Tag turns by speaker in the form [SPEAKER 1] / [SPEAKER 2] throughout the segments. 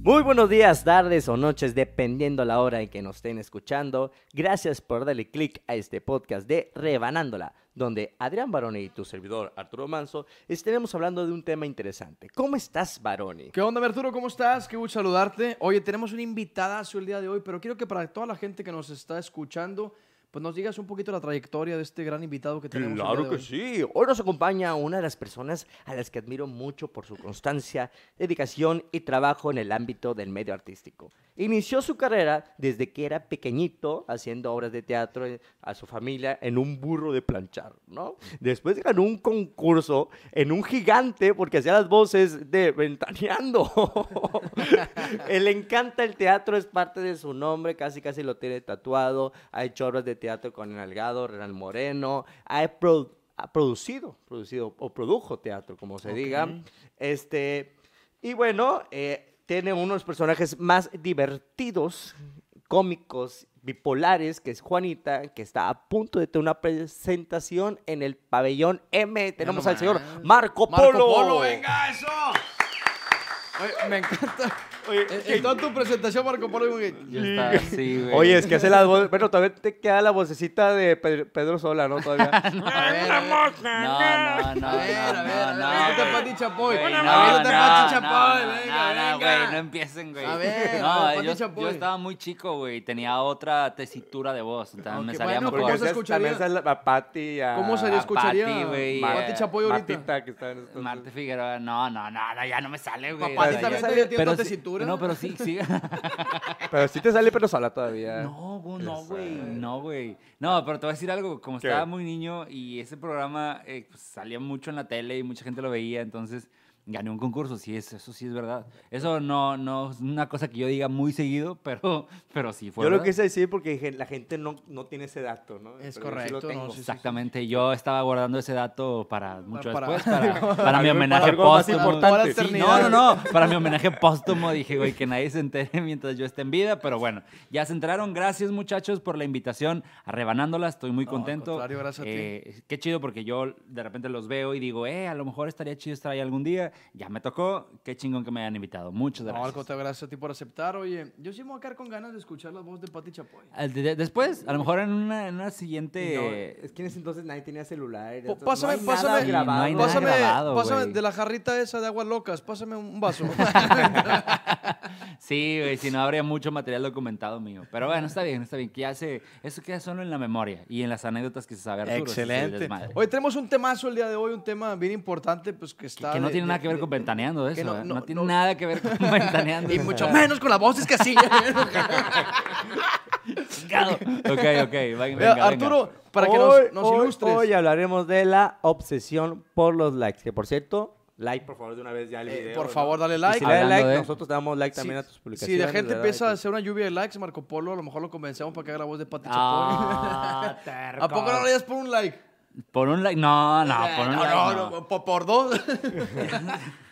[SPEAKER 1] Muy buenos días, tardes o noches, dependiendo la hora en que nos estén escuchando. Gracias por darle click a este podcast de Rebanándola, donde Adrián Baroni y tu servidor Arturo Manso estaremos hablando de un tema interesante. ¿Cómo estás, Baroni?
[SPEAKER 2] ¿Qué onda, mi Arturo? ¿Cómo estás? Qué gusto saludarte. Oye, tenemos una invitada el día de hoy, pero quiero que para toda la gente que nos está escuchando, pues nos digas un poquito la trayectoria de este gran invitado que tenemos. el día
[SPEAKER 1] Claro
[SPEAKER 2] de
[SPEAKER 1] que
[SPEAKER 2] hoy.
[SPEAKER 1] sí. Hoy nos acompaña una de las personas a las que admiro mucho por su constancia, dedicación y trabajo en el ámbito del medio artístico. Inició su carrera desde que era pequeñito haciendo obras de teatro eh, a su familia en un burro de planchar, ¿no? Después ganó un concurso en un gigante porque hacía las voces de Ventaneando. Él le encanta el teatro, es parte de su nombre, casi casi lo tiene tatuado. Ha hecho obras de teatro con Enalgado, Renal Moreno. Ha, pro- ha producido, producido o produjo teatro, como se diga. Este, y bueno, eh, tiene uno de los personajes más divertidos, cómicos, bipolares, que es Juanita, que está a punto de tener una presentación en el pabellón M. Tenemos al señor
[SPEAKER 2] nomás.
[SPEAKER 1] Marco
[SPEAKER 2] Marco
[SPEAKER 1] Polo.
[SPEAKER 2] Polo, venga, eso. Oye, me encanta.
[SPEAKER 1] Oye,
[SPEAKER 2] En- En toda tu presentación, Marco Polo, como que-
[SPEAKER 3] Ya está así, güey.
[SPEAKER 1] Oye, es que hace la voz. Bueno, todavía te queda la vocecita de Pe- Pedro Sola, ¿no? Todavía.
[SPEAKER 2] A ver, a ver,
[SPEAKER 3] No, no, no, no,
[SPEAKER 2] a ver, a ver,
[SPEAKER 3] no,
[SPEAKER 2] a ver,
[SPEAKER 3] no,
[SPEAKER 2] te
[SPEAKER 3] güey.
[SPEAKER 2] Pati Chapoy.
[SPEAKER 3] Güey,
[SPEAKER 2] A
[SPEAKER 3] no,
[SPEAKER 2] ver, te
[SPEAKER 3] no,
[SPEAKER 2] Pati
[SPEAKER 3] no,
[SPEAKER 2] Chapoy,
[SPEAKER 3] no,
[SPEAKER 2] venga,
[SPEAKER 3] no,
[SPEAKER 2] venga.
[SPEAKER 3] no, güey, no empiecen, güey.
[SPEAKER 2] A ver, vamos,
[SPEAKER 3] no,
[SPEAKER 2] Pati
[SPEAKER 3] yo,
[SPEAKER 2] Chapoy.
[SPEAKER 3] yo estaba muy chico, güey, tenía otra tesitura de voz, entonces me
[SPEAKER 2] Ok,
[SPEAKER 3] salía
[SPEAKER 2] bueno, pues,
[SPEAKER 3] mejor.
[SPEAKER 2] ¿cómo se escucharía?
[SPEAKER 1] También sale a Pati, a...
[SPEAKER 2] ¿Cómo se
[SPEAKER 3] a
[SPEAKER 2] le escucharía?
[SPEAKER 3] Pati, güey,
[SPEAKER 2] a
[SPEAKER 3] eh,
[SPEAKER 2] Pati Chapoy ahorita.
[SPEAKER 1] Matita, que está en estos-
[SPEAKER 3] Marte Figueroa, no, no, no, no, ya no me sale, güey.
[SPEAKER 2] Papá,
[SPEAKER 3] o
[SPEAKER 2] ¿sí
[SPEAKER 3] sea,
[SPEAKER 2] también
[SPEAKER 3] ya-
[SPEAKER 2] te- tiene
[SPEAKER 3] pero
[SPEAKER 2] otra
[SPEAKER 3] sí-
[SPEAKER 2] tesitura?
[SPEAKER 3] No, pero sí, sí.
[SPEAKER 1] Pero sí te sale Pedro Sola todavía.
[SPEAKER 3] No, güey, no,
[SPEAKER 1] Esa.
[SPEAKER 3] güey. No, güey. No, pero te voy a decir algo. Como
[SPEAKER 1] ¿Qué?
[SPEAKER 3] estaba muy niño y ese programa eh, pues, salía mucho en la tele y mucha gente lo veía, entonces gané un concurso. Sí, eso, eso sí es verdad. Eso no, no es una cosa que yo diga muy seguido, pero, pero sí fue.
[SPEAKER 1] Yo lo
[SPEAKER 3] verdad.
[SPEAKER 1] quise decir porque dije, la gente no, no tiene ese dato, ¿no?
[SPEAKER 2] Es
[SPEAKER 1] Pero yo sí lo
[SPEAKER 2] correcto,
[SPEAKER 1] tengo.
[SPEAKER 2] no, sí,
[SPEAKER 3] Exactamente, yo estaba guardando ese dato para mucho
[SPEAKER 2] para-
[SPEAKER 3] después, para, para
[SPEAKER 1] Algo-
[SPEAKER 3] mi homenaje
[SPEAKER 1] algo más
[SPEAKER 3] póstumo.
[SPEAKER 1] importante.
[SPEAKER 3] Sí,
[SPEAKER 2] Eternidad.
[SPEAKER 3] no, no, no, para mi homenaje póstumo dije, güey, que nadie se entere mientras yo esté en vida, pero bueno, ya se enteraron. Gracias, muchachos, por la invitación a Rebanándola, estoy muy
[SPEAKER 2] No, al
[SPEAKER 3] contento.
[SPEAKER 2] contrario, gracias a ti.
[SPEAKER 3] Eh, Qué chido, porque yo de repente los veo y digo, eh, a lo mejor estaría chido estar ahí algún día, ya me tocó, qué chingón que me hayan invitado. Muchas
[SPEAKER 2] No, al
[SPEAKER 3] gracias.
[SPEAKER 2] contrario, gracias a ti por aceptar. Oye, yo sí me voy a quedar con ganas de escuchar la voz de Pati Chapoy.
[SPEAKER 3] Al de- de- Después, a lo mejor en una, en una
[SPEAKER 1] Y no,
[SPEAKER 3] siguiente...
[SPEAKER 1] es que en ese entonces nadie tenía celular.
[SPEAKER 2] Po-
[SPEAKER 1] entonces
[SPEAKER 2] pásame,
[SPEAKER 1] no hay nada
[SPEAKER 2] pásame,
[SPEAKER 1] grabado.
[SPEAKER 3] No hay nada
[SPEAKER 2] pásame,
[SPEAKER 3] grabado,
[SPEAKER 2] pásame
[SPEAKER 3] güey.
[SPEAKER 2] de la jarrita esa de aguas locas, pásame un vaso.
[SPEAKER 3] Sí, güey, si no habría mucho material documentado mío. Pero bueno, está bien, está bien. Que ya se, eso queda solo en la memoria y en las anécdotas que se sabe Arturo. ese es el desmadre.
[SPEAKER 2] Hoy tenemos un temazo el día de hoy, un tema bien importante, pues que
[SPEAKER 3] que,
[SPEAKER 2] está.
[SPEAKER 3] que no
[SPEAKER 2] de-
[SPEAKER 3] tiene
[SPEAKER 2] de-
[SPEAKER 3] nada que ver
[SPEAKER 2] de-
[SPEAKER 3] con ventaneando eso.
[SPEAKER 2] que no-
[SPEAKER 3] ¿eh?
[SPEAKER 2] no-
[SPEAKER 3] No, tiene
[SPEAKER 2] no.
[SPEAKER 3] nada que ver con ventaneando. ¿eh?
[SPEAKER 2] Y mucho menos con las voces que así.
[SPEAKER 3] Chingado. Ok, ok. va-
[SPEAKER 2] Mira,
[SPEAKER 3] venga, venga.
[SPEAKER 2] Arturo, para que
[SPEAKER 1] Hoy-
[SPEAKER 2] nos, nos
[SPEAKER 1] hoy-
[SPEAKER 2] ilustres. eh,
[SPEAKER 1] Hoy hablaremos de la obsesión por los likes. Que por cierto, like por favor de una vez ya al
[SPEAKER 2] Eh,
[SPEAKER 1] video,
[SPEAKER 2] por
[SPEAKER 1] ¿no?
[SPEAKER 2] favor, dale
[SPEAKER 1] Y
[SPEAKER 2] like. Ah,
[SPEAKER 1] si le das
[SPEAKER 3] Hablando
[SPEAKER 1] like,
[SPEAKER 3] de-
[SPEAKER 1] nosotros te damos like también a tus
[SPEAKER 2] si,
[SPEAKER 1] publicaciones.
[SPEAKER 2] la gente
[SPEAKER 1] ¿verdad?
[SPEAKER 2] empieza a
[SPEAKER 1] Y
[SPEAKER 2] hacer una lluvia de likes, Marco Polo, a lo mejor lo convencemos para que haga la voz de Pati
[SPEAKER 3] Ah,
[SPEAKER 2] Chapoy.
[SPEAKER 3] terco.
[SPEAKER 2] ¿A poco no le das por un like?
[SPEAKER 3] Por un like. No, Ah, no,
[SPEAKER 2] Eh,
[SPEAKER 3] por un
[SPEAKER 2] no,
[SPEAKER 3] like.
[SPEAKER 2] no,
[SPEAKER 3] no.
[SPEAKER 2] no, por, por dos.
[SPEAKER 1] todo.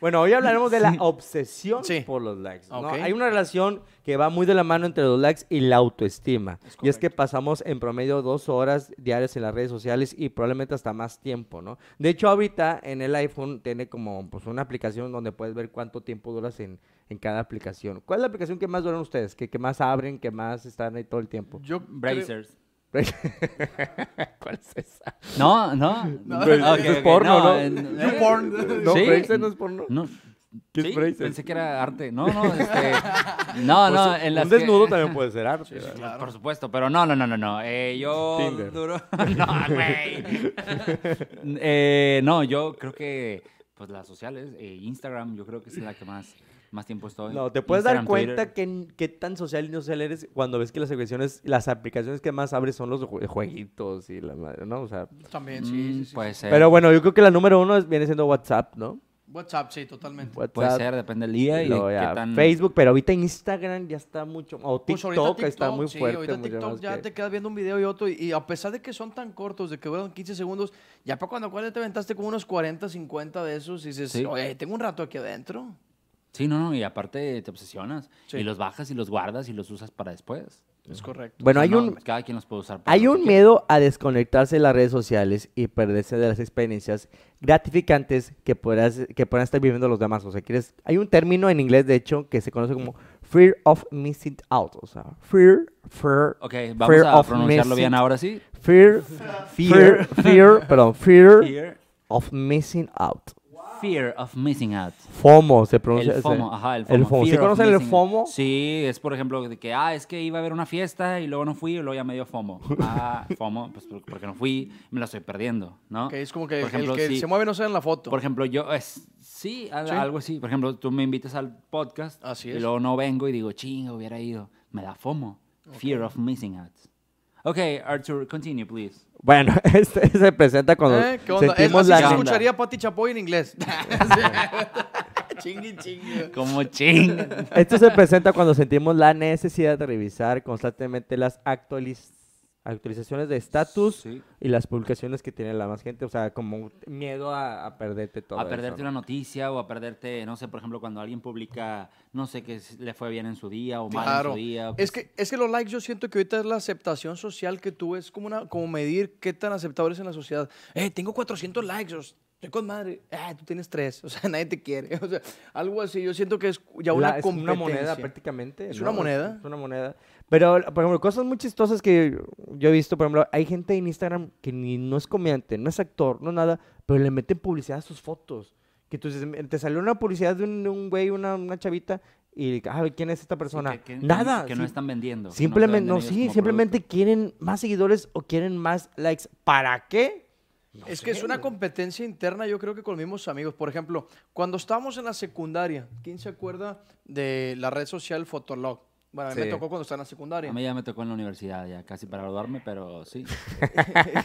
[SPEAKER 1] Bueno, hoy hablaremos de la obsesión
[SPEAKER 2] Sí.
[SPEAKER 1] por los likes. ¿no?
[SPEAKER 2] Ok.
[SPEAKER 1] Hay una relación que va muy de la mano entre los likes y la autoestima. y es que pasamos en promedio dos horas diarias en las redes sociales y probablemente hasta más tiempo, ¿no? De hecho, ahorita en el iPhone tiene como pues, una aplicación donde puedes ver cuánto tiempo duras en, en cada aplicación. ¿Cuál es la aplicación que más duran ustedes? ¿Que, que más abren? ¿Que más están ahí todo el tiempo?
[SPEAKER 2] Yo creo-
[SPEAKER 3] Brazers.
[SPEAKER 1] ¿Cuál es esa?
[SPEAKER 3] No, no. no.
[SPEAKER 1] Pero eso es porno, ¿no?
[SPEAKER 2] You porn.
[SPEAKER 1] No,
[SPEAKER 3] Sí.
[SPEAKER 1] Brazers no es porno.
[SPEAKER 3] No.
[SPEAKER 1] ¿Qué es
[SPEAKER 3] Sí,
[SPEAKER 1] Brazers?
[SPEAKER 3] pensé que era arte. No, no, este,
[SPEAKER 2] Pues
[SPEAKER 3] no, no, en las
[SPEAKER 1] un
[SPEAKER 3] que-
[SPEAKER 1] desnudo también puede ser arte. ¿verdad?
[SPEAKER 3] Por supuesto, pero no, no, no, no, no. Eh, yo
[SPEAKER 1] Tinder.
[SPEAKER 3] duro. no, güey. Eh, no, yo creo que pues las sociales, eh, Instagram, yo creo que es la que más, más tiempo estoy.
[SPEAKER 1] No, te puedes dar
[SPEAKER 3] Instagram,
[SPEAKER 1] cuenta
[SPEAKER 3] Twitter.
[SPEAKER 1] que, que tan social y no social eres cuando ves que las aplicaciones, las aplicaciones que más abres son los jue- jueguitos y la madre, ¿no? O sea,
[SPEAKER 2] También, sí, sí,
[SPEAKER 3] Mm,
[SPEAKER 2] sí.
[SPEAKER 3] Puede ser.
[SPEAKER 1] pero bueno, yo creo que la número uno es- viene siendo WhatsApp, ¿no?
[SPEAKER 2] WhatsApp, sí, totalmente.
[SPEAKER 1] WhatsApp.
[SPEAKER 3] puede ser, depende del día y de
[SPEAKER 1] luego ya
[SPEAKER 3] qué tan
[SPEAKER 1] Facebook, pero ahorita Instagram ya está mucho, o TikTok,
[SPEAKER 2] Pues ahorita
[SPEAKER 1] está muy
[SPEAKER 2] sí,
[SPEAKER 1] fuerte.
[SPEAKER 2] ahorita
[SPEAKER 1] muy
[SPEAKER 2] TikTok
[SPEAKER 1] digamos
[SPEAKER 2] ya
[SPEAKER 1] que-
[SPEAKER 2] te quedas viendo un video y otro. Y, y a pesar de que son tan cortos, de que duran 15 segundos, ya para cuando acuerdas te aventaste como unos 40, 50 de esos y dices,
[SPEAKER 3] Sí.
[SPEAKER 2] oye, tengo un rato aquí adentro.
[SPEAKER 3] Sí, no, no, y aparte te obsesionas
[SPEAKER 2] Sí.
[SPEAKER 3] y los bajas y los guardas y los usas para después.
[SPEAKER 2] Es correcto.
[SPEAKER 1] Bueno,
[SPEAKER 3] O sea,
[SPEAKER 1] hay
[SPEAKER 3] no,
[SPEAKER 1] un,
[SPEAKER 3] Cada quien los puede usar. para
[SPEAKER 1] hay
[SPEAKER 3] lo que
[SPEAKER 1] un
[SPEAKER 3] quiera.
[SPEAKER 1] miedo a desconectarse de las redes sociales y perderse de las experiencias gratificantes que podrás, que puedan estar viviendo los demás. O sea, quieres, hay un término en inglés, de hecho, que se conoce como fear of missing out. O sea, fear, fear,
[SPEAKER 3] Ok, vamos
[SPEAKER 1] fear
[SPEAKER 3] a
[SPEAKER 1] of
[SPEAKER 3] pronunciarlo bien
[SPEAKER 1] missing-
[SPEAKER 3] ahora sí.
[SPEAKER 1] fear, fear,
[SPEAKER 3] Fear.
[SPEAKER 1] fear, perdón, fear
[SPEAKER 3] Fear,
[SPEAKER 1] of missing out.
[SPEAKER 3] fear of missing out.
[SPEAKER 1] FOMO se pronuncia.
[SPEAKER 3] El
[SPEAKER 1] se-
[SPEAKER 3] FOMO, ajá, el FOMO.
[SPEAKER 1] el FOMO. ¿Sí
[SPEAKER 3] Fear of
[SPEAKER 1] conocen el
[SPEAKER 3] missing out.
[SPEAKER 1] FOMO?
[SPEAKER 3] Sí, es por ejemplo de que, ah, es que iba a haber una fiesta y luego no fui y luego ya me dio FOMO. Ah, FOMO, pues por- porque no fui, me la estoy perdiendo, ¿no?
[SPEAKER 2] Ok, es como que
[SPEAKER 3] Por ejemplo,
[SPEAKER 2] el que
[SPEAKER 3] sí.
[SPEAKER 2] se mueve no se ve en la foto.
[SPEAKER 3] Por ejemplo, yo, es, sí, al-
[SPEAKER 2] Sí.
[SPEAKER 3] algo así. Por ejemplo, tú me invitas al podcast
[SPEAKER 2] Así
[SPEAKER 3] y
[SPEAKER 2] es.
[SPEAKER 3] luego no vengo y digo, chingo, hubiera ido. Me da FOMO. Fear of missing out. Ok, Arthur, continue, please.
[SPEAKER 1] Bueno, este se presenta cuando
[SPEAKER 2] ¿Eh? ¿Qué onda? Es,
[SPEAKER 1] sentimos
[SPEAKER 2] así
[SPEAKER 1] la
[SPEAKER 2] se
[SPEAKER 3] onda.
[SPEAKER 2] escucharía a Pati Chapoy en inglés. chingui, chingui.
[SPEAKER 3] Como ching.
[SPEAKER 1] Esto se presenta cuando sentimos la necesidad de revisar constantemente las actualiz- actualizaciones de estatus
[SPEAKER 3] Sí.
[SPEAKER 1] y las publicaciones que tiene la más gente. O sea, como un miedo a, a perderte todo.
[SPEAKER 3] a perderte
[SPEAKER 1] eso, ¿no?
[SPEAKER 3] una noticia o a perderte, no sé, por ejemplo, cuando alguien publica, no sé, que s- le fue bien en su día o mal en
[SPEAKER 2] Claro.
[SPEAKER 3] su día.
[SPEAKER 2] Es
[SPEAKER 3] pues,
[SPEAKER 2] que, es que los likes yo siento que ahorita es la aceptación social que tú es como, una, como medir qué tan aceptable es en la sociedad. Eh, tengo 400 likes, o sea, estoy con madre. Ah, tú tienes 3, o sea, nadie te quiere. O sea, algo así. Yo siento que es ya una
[SPEAKER 1] La- es
[SPEAKER 2] competencia.
[SPEAKER 1] una moneda prácticamente.
[SPEAKER 2] Es
[SPEAKER 1] ¿no?
[SPEAKER 2] una moneda.
[SPEAKER 1] Es una moneda. Pero, por ejemplo, cosas muy chistosas que yo he visto, por ejemplo, hay gente en Instagram que ni, no es comediante, no es actor, no nada, pero le meten publicidad a sus fotos. Que tú dices, te salió una publicidad de un, de un güey, una, una chavita, y, ah, ¿quién es esta
[SPEAKER 3] sí,
[SPEAKER 1] persona?
[SPEAKER 3] que- que-
[SPEAKER 1] nada.
[SPEAKER 3] Que no
[SPEAKER 1] sí.
[SPEAKER 3] están vendiendo. que no te
[SPEAKER 1] Simplemente,
[SPEAKER 3] venden
[SPEAKER 1] no,
[SPEAKER 3] ellos
[SPEAKER 1] sí,
[SPEAKER 3] como
[SPEAKER 1] simplemente quieren más seguidores o quieren más likes. ¿Para qué? No
[SPEAKER 2] es que
[SPEAKER 1] sé,
[SPEAKER 2] es una
[SPEAKER 1] güey.
[SPEAKER 2] competencia interna, yo creo que con los mismos amigos. Por ejemplo, cuando estábamos en la secundaria, ¿quién se acuerda de la red social Fotolog? Bueno, a mí me
[SPEAKER 1] Sí.
[SPEAKER 2] tocó cuando estaba en la
[SPEAKER 3] producto.
[SPEAKER 2] secundaria.
[SPEAKER 3] A mí ya me tocó en la universidad, ya casi para graduarme, pero sí.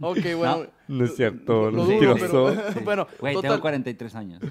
[SPEAKER 2] Ok, bueno.
[SPEAKER 1] No es cierto,
[SPEAKER 2] Lo
[SPEAKER 3] Sí,
[SPEAKER 2] duro,
[SPEAKER 3] mentiroso.
[SPEAKER 2] pero- bueno,
[SPEAKER 3] Güey,
[SPEAKER 2] total-
[SPEAKER 3] tengo 43 años.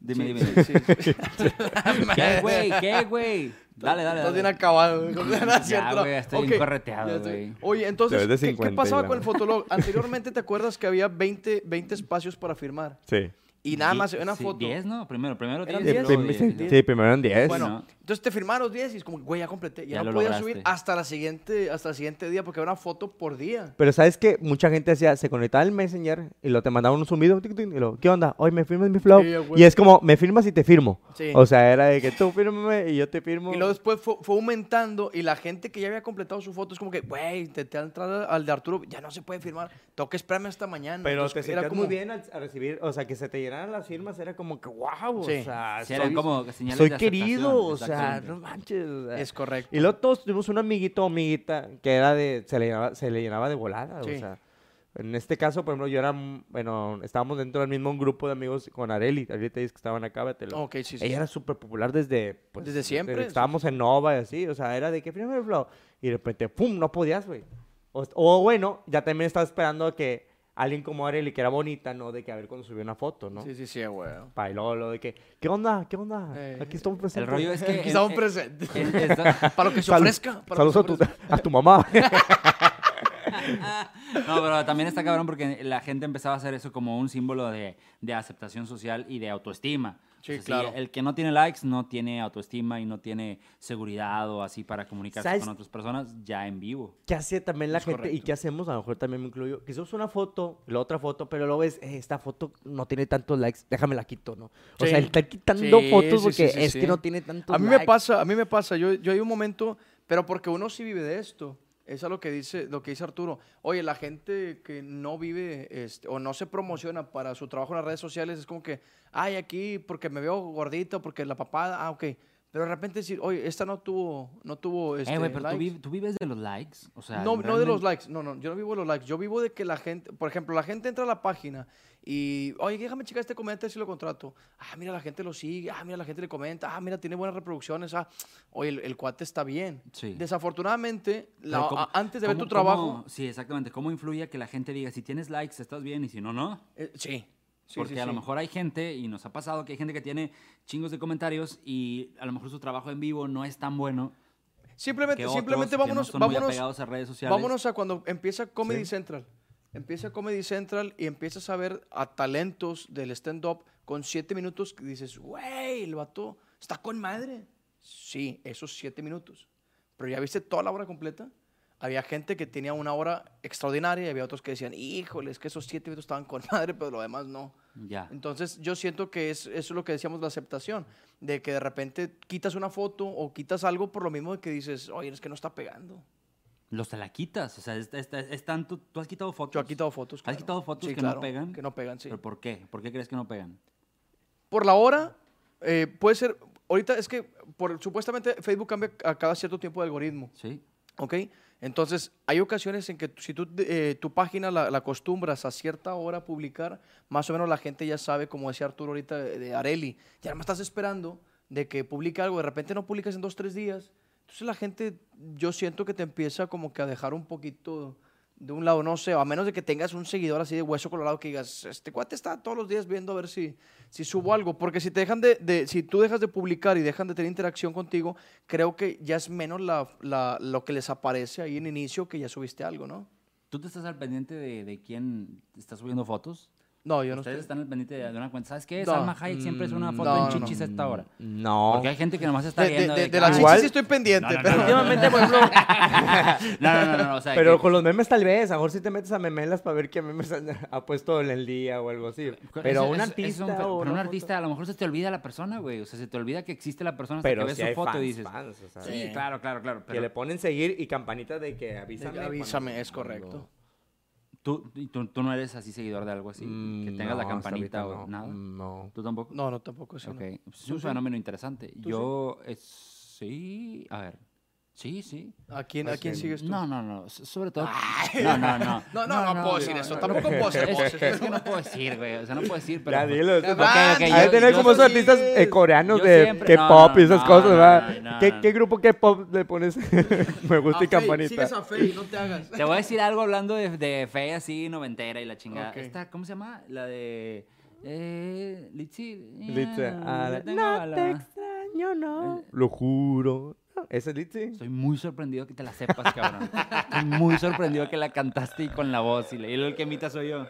[SPEAKER 3] Dime,
[SPEAKER 2] Sí, sí,
[SPEAKER 3] dime.
[SPEAKER 2] sí, sí.
[SPEAKER 3] ¿Qué, güey? ¿Qué, güey? Dale, dale.
[SPEAKER 2] Estás bien
[SPEAKER 3] dale.
[SPEAKER 2] acabado. güey. No, no es
[SPEAKER 3] Ya,
[SPEAKER 2] cierto, no.
[SPEAKER 3] güey, estoy bien
[SPEAKER 2] Ok,
[SPEAKER 3] correteado,
[SPEAKER 2] ya estoy-
[SPEAKER 3] güey.
[SPEAKER 2] Oye,
[SPEAKER 4] Te
[SPEAKER 2] entonces,
[SPEAKER 4] ves de
[SPEAKER 2] ¿qué- ¿qué,
[SPEAKER 4] 50
[SPEAKER 2] pasaba
[SPEAKER 4] y la
[SPEAKER 2] con el
[SPEAKER 4] madre.
[SPEAKER 2] fotolog? Anteriormente, ¿te acuerdas que había 20, 20 espacios para firmar?
[SPEAKER 4] Sí.
[SPEAKER 2] Y nada
[SPEAKER 3] Di-
[SPEAKER 2] más, una
[SPEAKER 3] sí,
[SPEAKER 2] foto.
[SPEAKER 3] 10, ¿no? Primero, primero
[SPEAKER 2] ¿Eran
[SPEAKER 3] 10.
[SPEAKER 2] diez?
[SPEAKER 3] luego
[SPEAKER 2] Prim-
[SPEAKER 3] 10,
[SPEAKER 2] sí,
[SPEAKER 3] ¿no?
[SPEAKER 2] diez.
[SPEAKER 4] Sí, primero en 10.
[SPEAKER 2] Bueno,
[SPEAKER 3] ¿no?
[SPEAKER 2] entonces te firmaron los 10 y es como, güey, ya completé. Ya,
[SPEAKER 3] Ya
[SPEAKER 2] no
[SPEAKER 3] lo
[SPEAKER 2] podías
[SPEAKER 3] lograste.
[SPEAKER 2] subir hasta la siguiente, hasta el siguiente día, porque era una foto por día.
[SPEAKER 1] Pero sabes que mucha gente hacía, se conectaba al Messenger y lo te mandaban un zumbido. tic, tic, y lo, ¿Qué onda? Hoy me firmas mi flow.
[SPEAKER 2] Sí, a huevo.
[SPEAKER 1] y es como, me firmas y te firmo.
[SPEAKER 2] Sí.
[SPEAKER 1] O sea, era de que tú firmame y yo te firmo.
[SPEAKER 2] Y luego después fue, fue aumentando y la gente que ya había completado su foto es como que, güey, intenté entrar al de Arturo, ya no se puede firmar, tengo que esperarme hasta mañana.
[SPEAKER 1] Pero
[SPEAKER 2] Entonces,
[SPEAKER 1] te
[SPEAKER 2] era
[SPEAKER 1] sentías
[SPEAKER 2] como-
[SPEAKER 1] muy bien al- a, recibir, o sea, que se te llenaran las firmas, era como que, wow,
[SPEAKER 2] Sí.
[SPEAKER 1] o sea,
[SPEAKER 3] Sí, eran
[SPEAKER 1] soy,
[SPEAKER 3] como señales
[SPEAKER 1] soy
[SPEAKER 3] de aceptación,
[SPEAKER 1] querido, o sea,
[SPEAKER 3] exactamente.
[SPEAKER 1] no manches. o sea.
[SPEAKER 2] Es correcto.
[SPEAKER 1] Y luego todos tuvimos un amiguito o amiguita que era de, se le llenaba, se le llenaba de volada,
[SPEAKER 2] Sí.
[SPEAKER 1] o sea. En este caso, por ejemplo, yo era, m- bueno, estábamos dentro del mismo grupo de amigos con Areli, ahorita dices que estaban acá, vátelo.
[SPEAKER 2] Ok, sí, sí, sí.
[SPEAKER 1] Ella era súper popular desde... pues,
[SPEAKER 2] Desde siempre,
[SPEAKER 1] que
[SPEAKER 2] sí,
[SPEAKER 1] estábamos en Nova y así, o sea, era de que primero el flow. Y de repente, ¡pum! No podías, güey. O, o bueno, ya también estaba esperando a que alguien como Arely, que era bonita, ¿no? De que a ver cuando subió una foto, ¿no?
[SPEAKER 2] Sí, sí, sí, güey.
[SPEAKER 1] Pa, y luego lo de que, ¿qué onda? ¿Qué onda?
[SPEAKER 2] Eh,
[SPEAKER 1] Aquí estamos
[SPEAKER 3] El
[SPEAKER 1] presentes.
[SPEAKER 3] rollo es que...
[SPEAKER 2] Aquí estamos
[SPEAKER 3] en-
[SPEAKER 2] presentes.
[SPEAKER 3] en- esta-
[SPEAKER 2] Para lo que se
[SPEAKER 1] Salud-
[SPEAKER 2] ofrezca. para lo
[SPEAKER 1] Saludos
[SPEAKER 2] que se
[SPEAKER 1] a tu,
[SPEAKER 2] ofrezca.
[SPEAKER 1] a tu mamá.
[SPEAKER 3] No, pero también está cabrón porque la gente empezaba a hacer eso como un símbolo de, de aceptación social y de autoestima.
[SPEAKER 2] Sí,
[SPEAKER 3] O sea,
[SPEAKER 2] claro.
[SPEAKER 3] el que no tiene likes no tiene autoestima y no tiene seguridad o así para comunicarse
[SPEAKER 1] ¿Sabes?
[SPEAKER 3] con otras personas ya en vivo.
[SPEAKER 1] ¿Qué hace también la
[SPEAKER 2] Es
[SPEAKER 1] gente? ¿Y
[SPEAKER 2] correcto.
[SPEAKER 1] qué hacemos? A lo mejor también me incluyo. Que subes una foto, la otra foto, pero luego ves, "Eh, esta foto no tiene tantos likes, déjame la quito, ¿no? O
[SPEAKER 2] Sí.
[SPEAKER 1] sea, el estar quitando
[SPEAKER 2] Sí,
[SPEAKER 1] fotos
[SPEAKER 2] sí,
[SPEAKER 1] porque
[SPEAKER 2] sí, sí,
[SPEAKER 1] es
[SPEAKER 2] sí.
[SPEAKER 1] que no tiene tantos
[SPEAKER 2] A mí
[SPEAKER 1] likes.
[SPEAKER 2] me pasa, a mí me pasa. Yo, yo hay un momento, pero porque uno sí vive de esto. Eso es lo que dice, lo que dice Arturo. Oye, la gente que no vive este, o no se promociona para su trabajo en las redes sociales es como que, ay, aquí porque me veo gordito, porque la papada, ah, ok. Pero de repente decir, oye, esta no tuvo, no tuvo, este,
[SPEAKER 3] eh, güey, pero tú,
[SPEAKER 2] likes".
[SPEAKER 3] vi- tú vives de los likes. O sea,
[SPEAKER 2] No, no de los
[SPEAKER 3] realmente-
[SPEAKER 2] likes, no, no, yo no vivo de los likes, yo vivo de que la gente, por ejemplo, la gente entra a la página y, oye, déjame checar este comentario si lo contrato. Ah, mira, la gente lo sigue, ah, mira, la gente le comenta, ah, mira, tiene buenas reproducciones, ah, oye, el, el cuate está bien.
[SPEAKER 3] Sí.
[SPEAKER 2] Desafortunadamente, la-
[SPEAKER 3] Pero cómo-
[SPEAKER 2] a- antes de ver tu
[SPEAKER 3] cómo-
[SPEAKER 2] trabajo,
[SPEAKER 3] cómo- sí, exactamente. ¿Cómo influye que la gente diga si tienes likes estás bien y si no, no?
[SPEAKER 2] eh, sí. Sí,
[SPEAKER 3] Porque
[SPEAKER 2] sí,
[SPEAKER 3] a lo
[SPEAKER 2] sí.
[SPEAKER 3] mejor hay gente, y nos ha pasado que hay gente que tiene chingos de comentarios y a lo mejor su trabajo en vivo no es tan bueno.
[SPEAKER 2] Simplemente,
[SPEAKER 3] que otros
[SPEAKER 2] simplemente
[SPEAKER 3] que no
[SPEAKER 2] vámonos,
[SPEAKER 3] son muy
[SPEAKER 2] vámonos,
[SPEAKER 3] apegados a redes sociales.
[SPEAKER 2] Vámonos a cuando empieza Comedy Central. Empieza Comedy Central y empiezas a ver a talentos del stand-up con siete minutos que dices, güey, el vato está con madre. Sí, esos siete minutos. Pero ya viste toda la obra completa. Había gente que tenía una hora extraordinaria y había otros que decían, híjole, es que esos siete minutos estaban con madre, pero lo demás no.
[SPEAKER 3] Ya.
[SPEAKER 2] Entonces yo siento que es, eso es lo que decíamos, la aceptación, de que de repente quitas una foto o quitas algo por lo mismo de que dices, oye, es que no está pegando.
[SPEAKER 3] Los te la quitas. O sea, es, es- es tanto. Tú has quitado fotos.
[SPEAKER 2] Yo he quitado fotos.
[SPEAKER 3] ¿Has
[SPEAKER 2] claro.
[SPEAKER 3] quitado fotos
[SPEAKER 2] Sí,
[SPEAKER 3] que
[SPEAKER 2] claro,
[SPEAKER 3] no pegan?
[SPEAKER 2] Que no pegan, sí.
[SPEAKER 3] ¿Pero por qué? ¿Por qué crees que no pegan?
[SPEAKER 2] Por la hora, eh, puede ser, ahorita es que por, supuestamente Facebook cambia a cada cierto tiempo de algoritmo,
[SPEAKER 3] Sí.
[SPEAKER 2] ¿ok? Entonces, hay ocasiones en que si tú, eh, tu página la, la acostumbras a cierta hora a publicar, más o menos la gente ya sabe, como decía Arturo ahorita de, de Areli, ya me estás esperando de que publique algo, de repente no publicas en dos, tres días. Entonces la gente, yo siento que te empieza como que a dejar un poquito de un lado, no sé, a menos de que tengas un seguidor así de hueso colorado que digas, este cuate está todos los días viendo a ver si, si subo algo, porque si te dejan de, de- si tú dejas de publicar y dejan de tener interacción contigo, creo que ya es menos la, la- lo que les aparece ahí en inicio que ya subiste algo, ¿no?
[SPEAKER 3] ¿Tú te estás al pendiente de, de quién está subiendo fotos?
[SPEAKER 2] No, yo no
[SPEAKER 3] Ustedes
[SPEAKER 2] estoy.
[SPEAKER 3] están al pendiente de, de una cuenta. ¿Sabes qué?
[SPEAKER 2] No. Mm,
[SPEAKER 3] Salma Hayek siempre es una foto
[SPEAKER 2] no, no,
[SPEAKER 3] en chichis
[SPEAKER 2] no.
[SPEAKER 3] a esta hora.
[SPEAKER 1] No.
[SPEAKER 3] Porque hay gente que nomás está
[SPEAKER 2] De, de-
[SPEAKER 3] viendo.
[SPEAKER 2] de-
[SPEAKER 3] que,
[SPEAKER 2] de las
[SPEAKER 3] "Ah,
[SPEAKER 2] chichis sí
[SPEAKER 1] igual-
[SPEAKER 2] estoy pendiente,
[SPEAKER 3] No, no,
[SPEAKER 2] pero...
[SPEAKER 3] no,
[SPEAKER 1] Últimamente, por ejemplo,
[SPEAKER 3] No, no, no, no, no, o sea,
[SPEAKER 1] pero
[SPEAKER 3] que-
[SPEAKER 1] con los memes tal vez, a lo mejor si te metes a memelas para ver qué memes han- ha puesto en el día o algo así. Pero
[SPEAKER 3] eso-
[SPEAKER 1] un
[SPEAKER 3] eso-
[SPEAKER 1] artista.
[SPEAKER 3] eso es un fe-
[SPEAKER 1] o
[SPEAKER 3] pero un
[SPEAKER 1] una
[SPEAKER 3] artista, a lo mejor se te olvida la persona, güey. O sea, se te olvida que existe la persona
[SPEAKER 1] foto-
[SPEAKER 3] hasta
[SPEAKER 1] Pero
[SPEAKER 3] que
[SPEAKER 1] si
[SPEAKER 3] ves
[SPEAKER 1] hay
[SPEAKER 3] su foto
[SPEAKER 1] fans,
[SPEAKER 3] y dices.
[SPEAKER 1] fans, o sea,
[SPEAKER 3] Sí, claro, claro, claro.
[SPEAKER 1] Que
[SPEAKER 3] Pero
[SPEAKER 1] le ponen seguir y campanita de que avísame. cuando-
[SPEAKER 2] Avísame, es correcto.
[SPEAKER 3] tú, y tú, tú no eres así seguidor de algo así.
[SPEAKER 1] Mm,
[SPEAKER 3] que tengas
[SPEAKER 1] no,
[SPEAKER 3] la
[SPEAKER 1] hasta
[SPEAKER 3] campanita
[SPEAKER 1] ahorita no.
[SPEAKER 3] o nada.
[SPEAKER 1] No.
[SPEAKER 3] ¿Tú tampoco?
[SPEAKER 2] Mm. No, no, tampoco es
[SPEAKER 3] Ok, pues es un fenómeno interesante. Yo, eh, sí, a ver, sí, sí. Este,
[SPEAKER 2] ¿A quién, ¿A quién sigues tú?
[SPEAKER 3] No, no, no, so- sobre todo... No, no, no.
[SPEAKER 2] No, no, no puedo decir eso, tampoco puedo hacer
[SPEAKER 3] Es-
[SPEAKER 2] voces,
[SPEAKER 3] Es que no puedo decir, güey, o sea, no puedo decir, pero...
[SPEAKER 1] Ya,
[SPEAKER 3] pues,
[SPEAKER 1] dilo.
[SPEAKER 2] Ya,
[SPEAKER 1] tú-
[SPEAKER 3] ok,
[SPEAKER 2] va,
[SPEAKER 3] ok,
[SPEAKER 2] que
[SPEAKER 1] Hay
[SPEAKER 3] yo-
[SPEAKER 1] que tener
[SPEAKER 3] yo
[SPEAKER 1] como esos
[SPEAKER 3] soy-
[SPEAKER 1] artistas eh, coreanos
[SPEAKER 3] yo
[SPEAKER 1] de
[SPEAKER 3] siempre-
[SPEAKER 1] K-pop y
[SPEAKER 3] no,
[SPEAKER 1] esas
[SPEAKER 3] no,
[SPEAKER 1] cosas,
[SPEAKER 3] no,
[SPEAKER 1] ¿verdad?
[SPEAKER 3] no, no,
[SPEAKER 1] ¿Qué,
[SPEAKER 3] no.
[SPEAKER 1] qué grupo K-pop le pones? Me gusta y campanita.
[SPEAKER 2] Sigues a Fey, no te hagas.
[SPEAKER 3] Te voy a decir algo hablando de, de fe así, noventera y la chingada.
[SPEAKER 2] Ok.
[SPEAKER 3] Esta, ¿cómo se llama? La de... Eh, Litsi.
[SPEAKER 1] Litzy, ah, la-
[SPEAKER 3] yo tengo a
[SPEAKER 1] no
[SPEAKER 3] la- Eh,
[SPEAKER 1] te extraño, no. Lo juro. No, ¿Esa es Litzy?
[SPEAKER 3] Estoy muy sorprendido que te la sepas, cabrón. Estoy muy sorprendido que la cantaste y con la voz. Y le- y el que imita soy yo.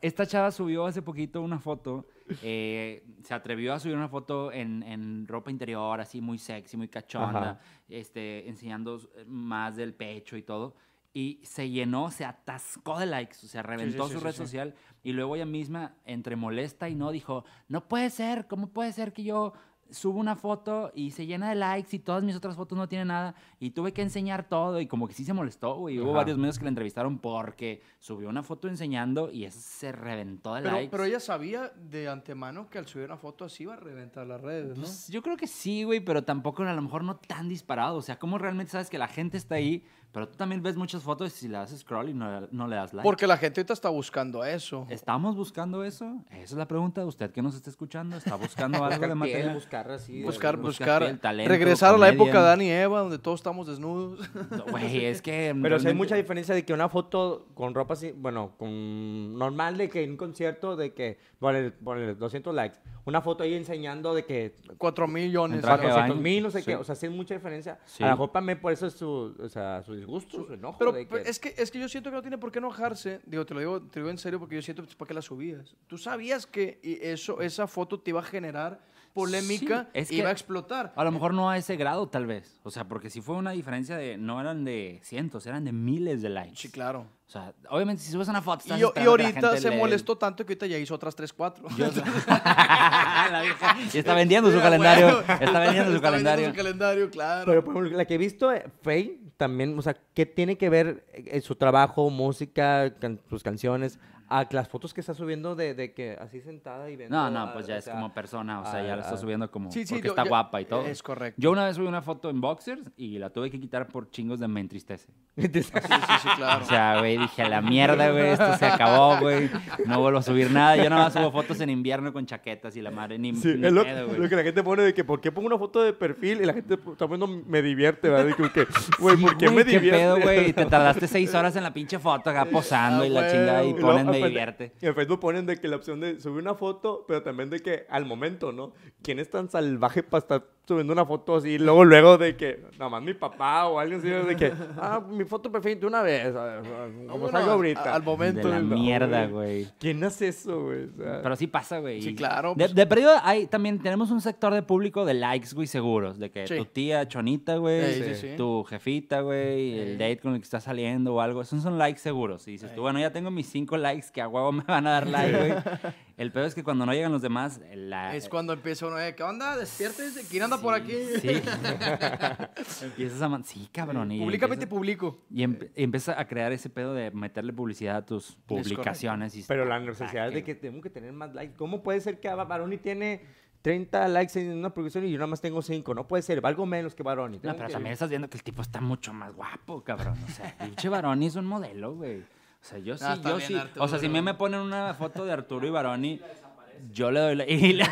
[SPEAKER 3] Esta chava subió hace poquito una foto. eh, se atrevió a subir una foto en, en ropa interior, así muy sexy, muy cachonda.
[SPEAKER 1] Ajá.
[SPEAKER 3] Este, enseñando eh, más del pecho y todo. Y se llenó, se atascó de likes. O sea, reventó
[SPEAKER 2] sí,
[SPEAKER 3] su
[SPEAKER 2] sí,
[SPEAKER 3] red
[SPEAKER 2] sí.
[SPEAKER 3] social. Y luego ella misma, entre molesta y no, dijo: No puede ser, ¿cómo puede ser que yo subo una foto y se llena de likes y todas mis otras fotos no tienen nada y tuve que enseñar todo y como que sí se molestó, güey. Hubo
[SPEAKER 1] Ajá.
[SPEAKER 3] varios medios que la entrevistaron porque subió una foto enseñando y eso se reventó de
[SPEAKER 2] Pero,
[SPEAKER 3] likes.
[SPEAKER 2] pero ella sabía de antemano que al subir una foto así iba a reventar las redes, ¿no?
[SPEAKER 3] Pues, yo creo que sí, güey, pero tampoco a lo mejor no tan disparado. O sea, ¿cómo realmente sabes que la gente está ahí? Pero tú también ves muchas fotos y si le das scroll y no, no le das like.
[SPEAKER 2] Porque la gente ahorita está buscando eso.
[SPEAKER 3] ¿Estamos buscando eso? Esa es la pregunta. Usted que nos está escuchando, ¿está buscando algo de material?
[SPEAKER 1] buscar así. de-
[SPEAKER 2] Buscar,
[SPEAKER 3] busca
[SPEAKER 2] buscar,
[SPEAKER 3] piel, talento,
[SPEAKER 2] regresar a la época
[SPEAKER 3] comedia.
[SPEAKER 2] de Dani y Eva, donde todos estamos desnudos.
[SPEAKER 3] No, Güey, es
[SPEAKER 1] Pero si
[SPEAKER 3] que...
[SPEAKER 1] hay
[SPEAKER 3] realmente-
[SPEAKER 1] mucha diferencia de que una foto con ropa así, bueno, con normal de que en un concierto de que, ponle, ponle 200 likes, una foto ahí enseñando de que
[SPEAKER 2] Cuatro millones.
[SPEAKER 3] En traje de
[SPEAKER 1] 400
[SPEAKER 3] baño.
[SPEAKER 1] mil, no sé
[SPEAKER 3] Sí.
[SPEAKER 1] qué, o sea, sí hay mucha diferencia.
[SPEAKER 3] Sí.
[SPEAKER 1] A la ropa me por eso es su, o sea, su disgusto, su enojo.
[SPEAKER 2] Pero
[SPEAKER 1] de
[SPEAKER 2] pero
[SPEAKER 1] que-
[SPEAKER 2] es, que, es que yo siento que no tiene por qué enojarse. Digo, te lo digo, te digo en serio porque yo siento, pues, ¿para qué la subías? Tú sabías que y eso, esa foto te iba a generar polémica
[SPEAKER 3] Sí, es
[SPEAKER 2] y iba
[SPEAKER 3] que-
[SPEAKER 2] a explotar.
[SPEAKER 3] A lo mejor no a ese grado, tal vez. O sea, porque si fue una diferencia de. No eran de cientos, eran de miles de likes.
[SPEAKER 2] Sí, claro.
[SPEAKER 3] O sea, obviamente si subes una foto.
[SPEAKER 2] Y,
[SPEAKER 3] Estás
[SPEAKER 2] yo- y
[SPEAKER 3] esperando que la
[SPEAKER 2] ahorita
[SPEAKER 3] gente
[SPEAKER 2] se
[SPEAKER 3] le-
[SPEAKER 2] molestó tanto que ahorita ya hizo otras 3, 4.
[SPEAKER 3] La vieja ya está vendiendo su
[SPEAKER 2] Mira, güey,
[SPEAKER 3] calendario.
[SPEAKER 2] está-
[SPEAKER 3] Está vendiendo su
[SPEAKER 2] está vendiendo
[SPEAKER 3] calendario.
[SPEAKER 2] su calendario, claro.
[SPEAKER 1] Pero por ejemplo, la que he visto, eh, Faye, también, o sea, ¿qué tiene que ver eh, eh, su trabajo, música, can- sus canciones, a las fotos que está subiendo de, de que así sentada y viendo?
[SPEAKER 3] No, no,
[SPEAKER 1] a-
[SPEAKER 3] pues ya
[SPEAKER 1] o
[SPEAKER 3] es
[SPEAKER 1] sea,
[SPEAKER 3] como persona. O sea,
[SPEAKER 1] a-
[SPEAKER 3] ya la está
[SPEAKER 1] a-
[SPEAKER 3] subiendo como.
[SPEAKER 2] Sí, sí,
[SPEAKER 3] porque
[SPEAKER 2] yo-
[SPEAKER 3] está
[SPEAKER 2] yo-
[SPEAKER 3] guapa y todo.
[SPEAKER 2] es correcto.
[SPEAKER 3] Yo una vez subí una foto en boxers y la tuve que quitar por chingos de me entristece.
[SPEAKER 2] Sí, sí, sí, claro.
[SPEAKER 3] O sea, güey, dije, a la mierda, güey, esto se acabó, güey. No vuelvo a subir nada. Yo nada más subo fotos en invierno con chaquetas y la madre ni,
[SPEAKER 1] Sí,
[SPEAKER 3] ni
[SPEAKER 1] es lo,
[SPEAKER 3] pedo,
[SPEAKER 1] lo
[SPEAKER 3] güey.
[SPEAKER 1] que la gente pone de que por qué pongo una foto de perfil y la gente está poniendo me divierte, ¿verdad? De que, que, güey, ¿por qué me
[SPEAKER 3] Güey,
[SPEAKER 1] divierte?
[SPEAKER 3] pedo, güey? Te tardaste seis horas en la pinche foto acá posando
[SPEAKER 2] Ah,
[SPEAKER 3] y la
[SPEAKER 2] güey,
[SPEAKER 3] chingada y
[SPEAKER 1] Y
[SPEAKER 2] güey.
[SPEAKER 3] ponen
[SPEAKER 1] luego,
[SPEAKER 3] me
[SPEAKER 1] aparte,
[SPEAKER 3] divierte.
[SPEAKER 1] En Facebook ponen de que la opción de subir una foto, pero también de que al momento, ¿no? ¿Quién es tan salvaje para estar subiendo una foto así, luego, luego de que, nada más mi papá o alguien así, de que, ah, mi foto perfecta de una vez, a ver, como
[SPEAKER 2] Vámonos
[SPEAKER 1] salgo
[SPEAKER 2] a-
[SPEAKER 1] ahorita.
[SPEAKER 2] al momento.
[SPEAKER 3] De la
[SPEAKER 2] No,
[SPEAKER 3] mierda,
[SPEAKER 2] güey.
[SPEAKER 3] güey.
[SPEAKER 1] ¿Quién hace eso, güey? O sea,
[SPEAKER 3] Pero sí pasa, güey.
[SPEAKER 2] Sí, claro,
[SPEAKER 3] De,
[SPEAKER 2] pues.
[SPEAKER 3] de perdido, hay, también tenemos un sector de público de likes, güey, seguros. De que
[SPEAKER 2] Sí.
[SPEAKER 3] tu tía chonita, güey,
[SPEAKER 1] sí,
[SPEAKER 2] Ey, sí.
[SPEAKER 3] tu jefita,
[SPEAKER 2] Ey.
[SPEAKER 3] güey, el date con el que estás saliendo o algo. Esos son likes seguros. Y dices tú, bueno, ya tengo mis cinco likes que a huevo me van a dar like, güey. el peor es que cuando no llegan los demás, la...
[SPEAKER 2] Es cuando empieza uno, eh, ¿qué onda? Despiértese, ¿quién anda por aquí?
[SPEAKER 3] Sí. empiezas a... man- Sí, cabrón. y
[SPEAKER 2] Públicamente
[SPEAKER 3] empiezas-
[SPEAKER 2] publico.
[SPEAKER 3] Y, emp- y empiezas a crear ese pedo de meterle publicidad a tus
[SPEAKER 2] correcto.
[SPEAKER 3] publicaciones. y- Ah,
[SPEAKER 1] Pero la necesidad
[SPEAKER 3] Ataque,
[SPEAKER 1] de que tengo que tener más likes. ¿Cómo puede ser que a Baroni tiene 30 likes en una producción y yo nada más tengo 5? No puede ser, valgo menos que Baroni.
[SPEAKER 3] No,
[SPEAKER 1] tengo
[SPEAKER 3] pero
[SPEAKER 1] que-
[SPEAKER 3] también estás viendo que el tipo está mucho más guapo, cabrón. O sea, pinche Baroni es un modelo, güey. O sea, yo sí,
[SPEAKER 2] está
[SPEAKER 3] yo
[SPEAKER 2] bien,
[SPEAKER 3] sí. O sea,
[SPEAKER 2] Arturo.
[SPEAKER 3] si a mí me ponen una foto de Arturo y Baroni, yo le doy la... Y la,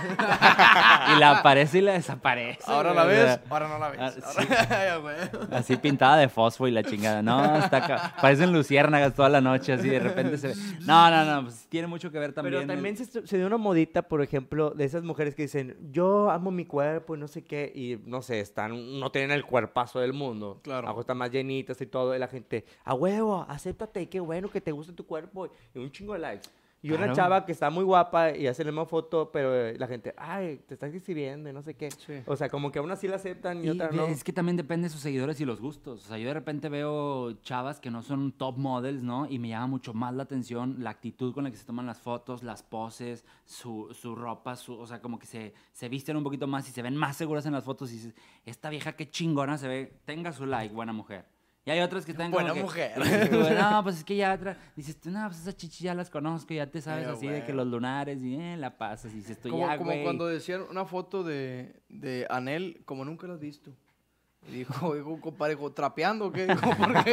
[SPEAKER 3] y la aparece y la desaparece.
[SPEAKER 2] Ahora la
[SPEAKER 3] güey, o sea,
[SPEAKER 2] ves, ahora no la ves.
[SPEAKER 3] Ah, sí.
[SPEAKER 2] Ahora- Ay, güey.
[SPEAKER 3] Así pintada de fosfo y la chingada. No, está... ca- Parecen luciérnagas toda la noche, así de repente se ve. No, no, no, pues tiene mucho que ver también.
[SPEAKER 1] Pero
[SPEAKER 3] el-
[SPEAKER 1] también se, estu- se dio una modita, por ejemplo, de esas mujeres que dicen, yo amo mi cuerpo y no sé qué, y no sé, están, no tienen el cuerpazo del mundo.
[SPEAKER 2] Claro.
[SPEAKER 1] Abajo están más llenitas y todo, y la gente, a huevo, acéptate, qué bueno que te guste tu cuerpo, y un chingo de likes. Y una
[SPEAKER 3] Claro.
[SPEAKER 1] chava que está muy guapa y hace la misma foto, pero eh, la gente, ay, te estás exhibiendo y no sé qué.
[SPEAKER 2] Sí.
[SPEAKER 1] O sea, como que a una sí la aceptan y,
[SPEAKER 3] Y
[SPEAKER 1] otra
[SPEAKER 3] de-
[SPEAKER 1] no.
[SPEAKER 3] Es que también depende de sus seguidores y los gustos. O sea, yo de repente veo chavas que no son top models, ¿no? Y me llama mucho más la atención la actitud con la que se toman las fotos, las poses, su, su ropa, su, o sea, como que se, se visten un poquito más y se ven más seguras en las fotos. Y dices, esta vieja qué chingona se ve, tenga su like, buena mujer. Y hay otras que están como
[SPEAKER 2] Buena
[SPEAKER 3] que-
[SPEAKER 2] mujer.
[SPEAKER 3] dices tú, no, pues es que ya otra. Dices tú, no, pues esas chichis ya las conozco, ya te sabes
[SPEAKER 2] Pero,
[SPEAKER 3] así de
[SPEAKER 2] güey.
[SPEAKER 3] que los lunares y eh, la pasas. Y dices tú,
[SPEAKER 2] Como,
[SPEAKER 3] ya,
[SPEAKER 2] como
[SPEAKER 3] güey.
[SPEAKER 2] cuando decían una foto de, de Anel, como nunca la has visto. Y dijo, dijo, compadre, dijo, ¿trapeando o qué? Dijo, ¿por qué?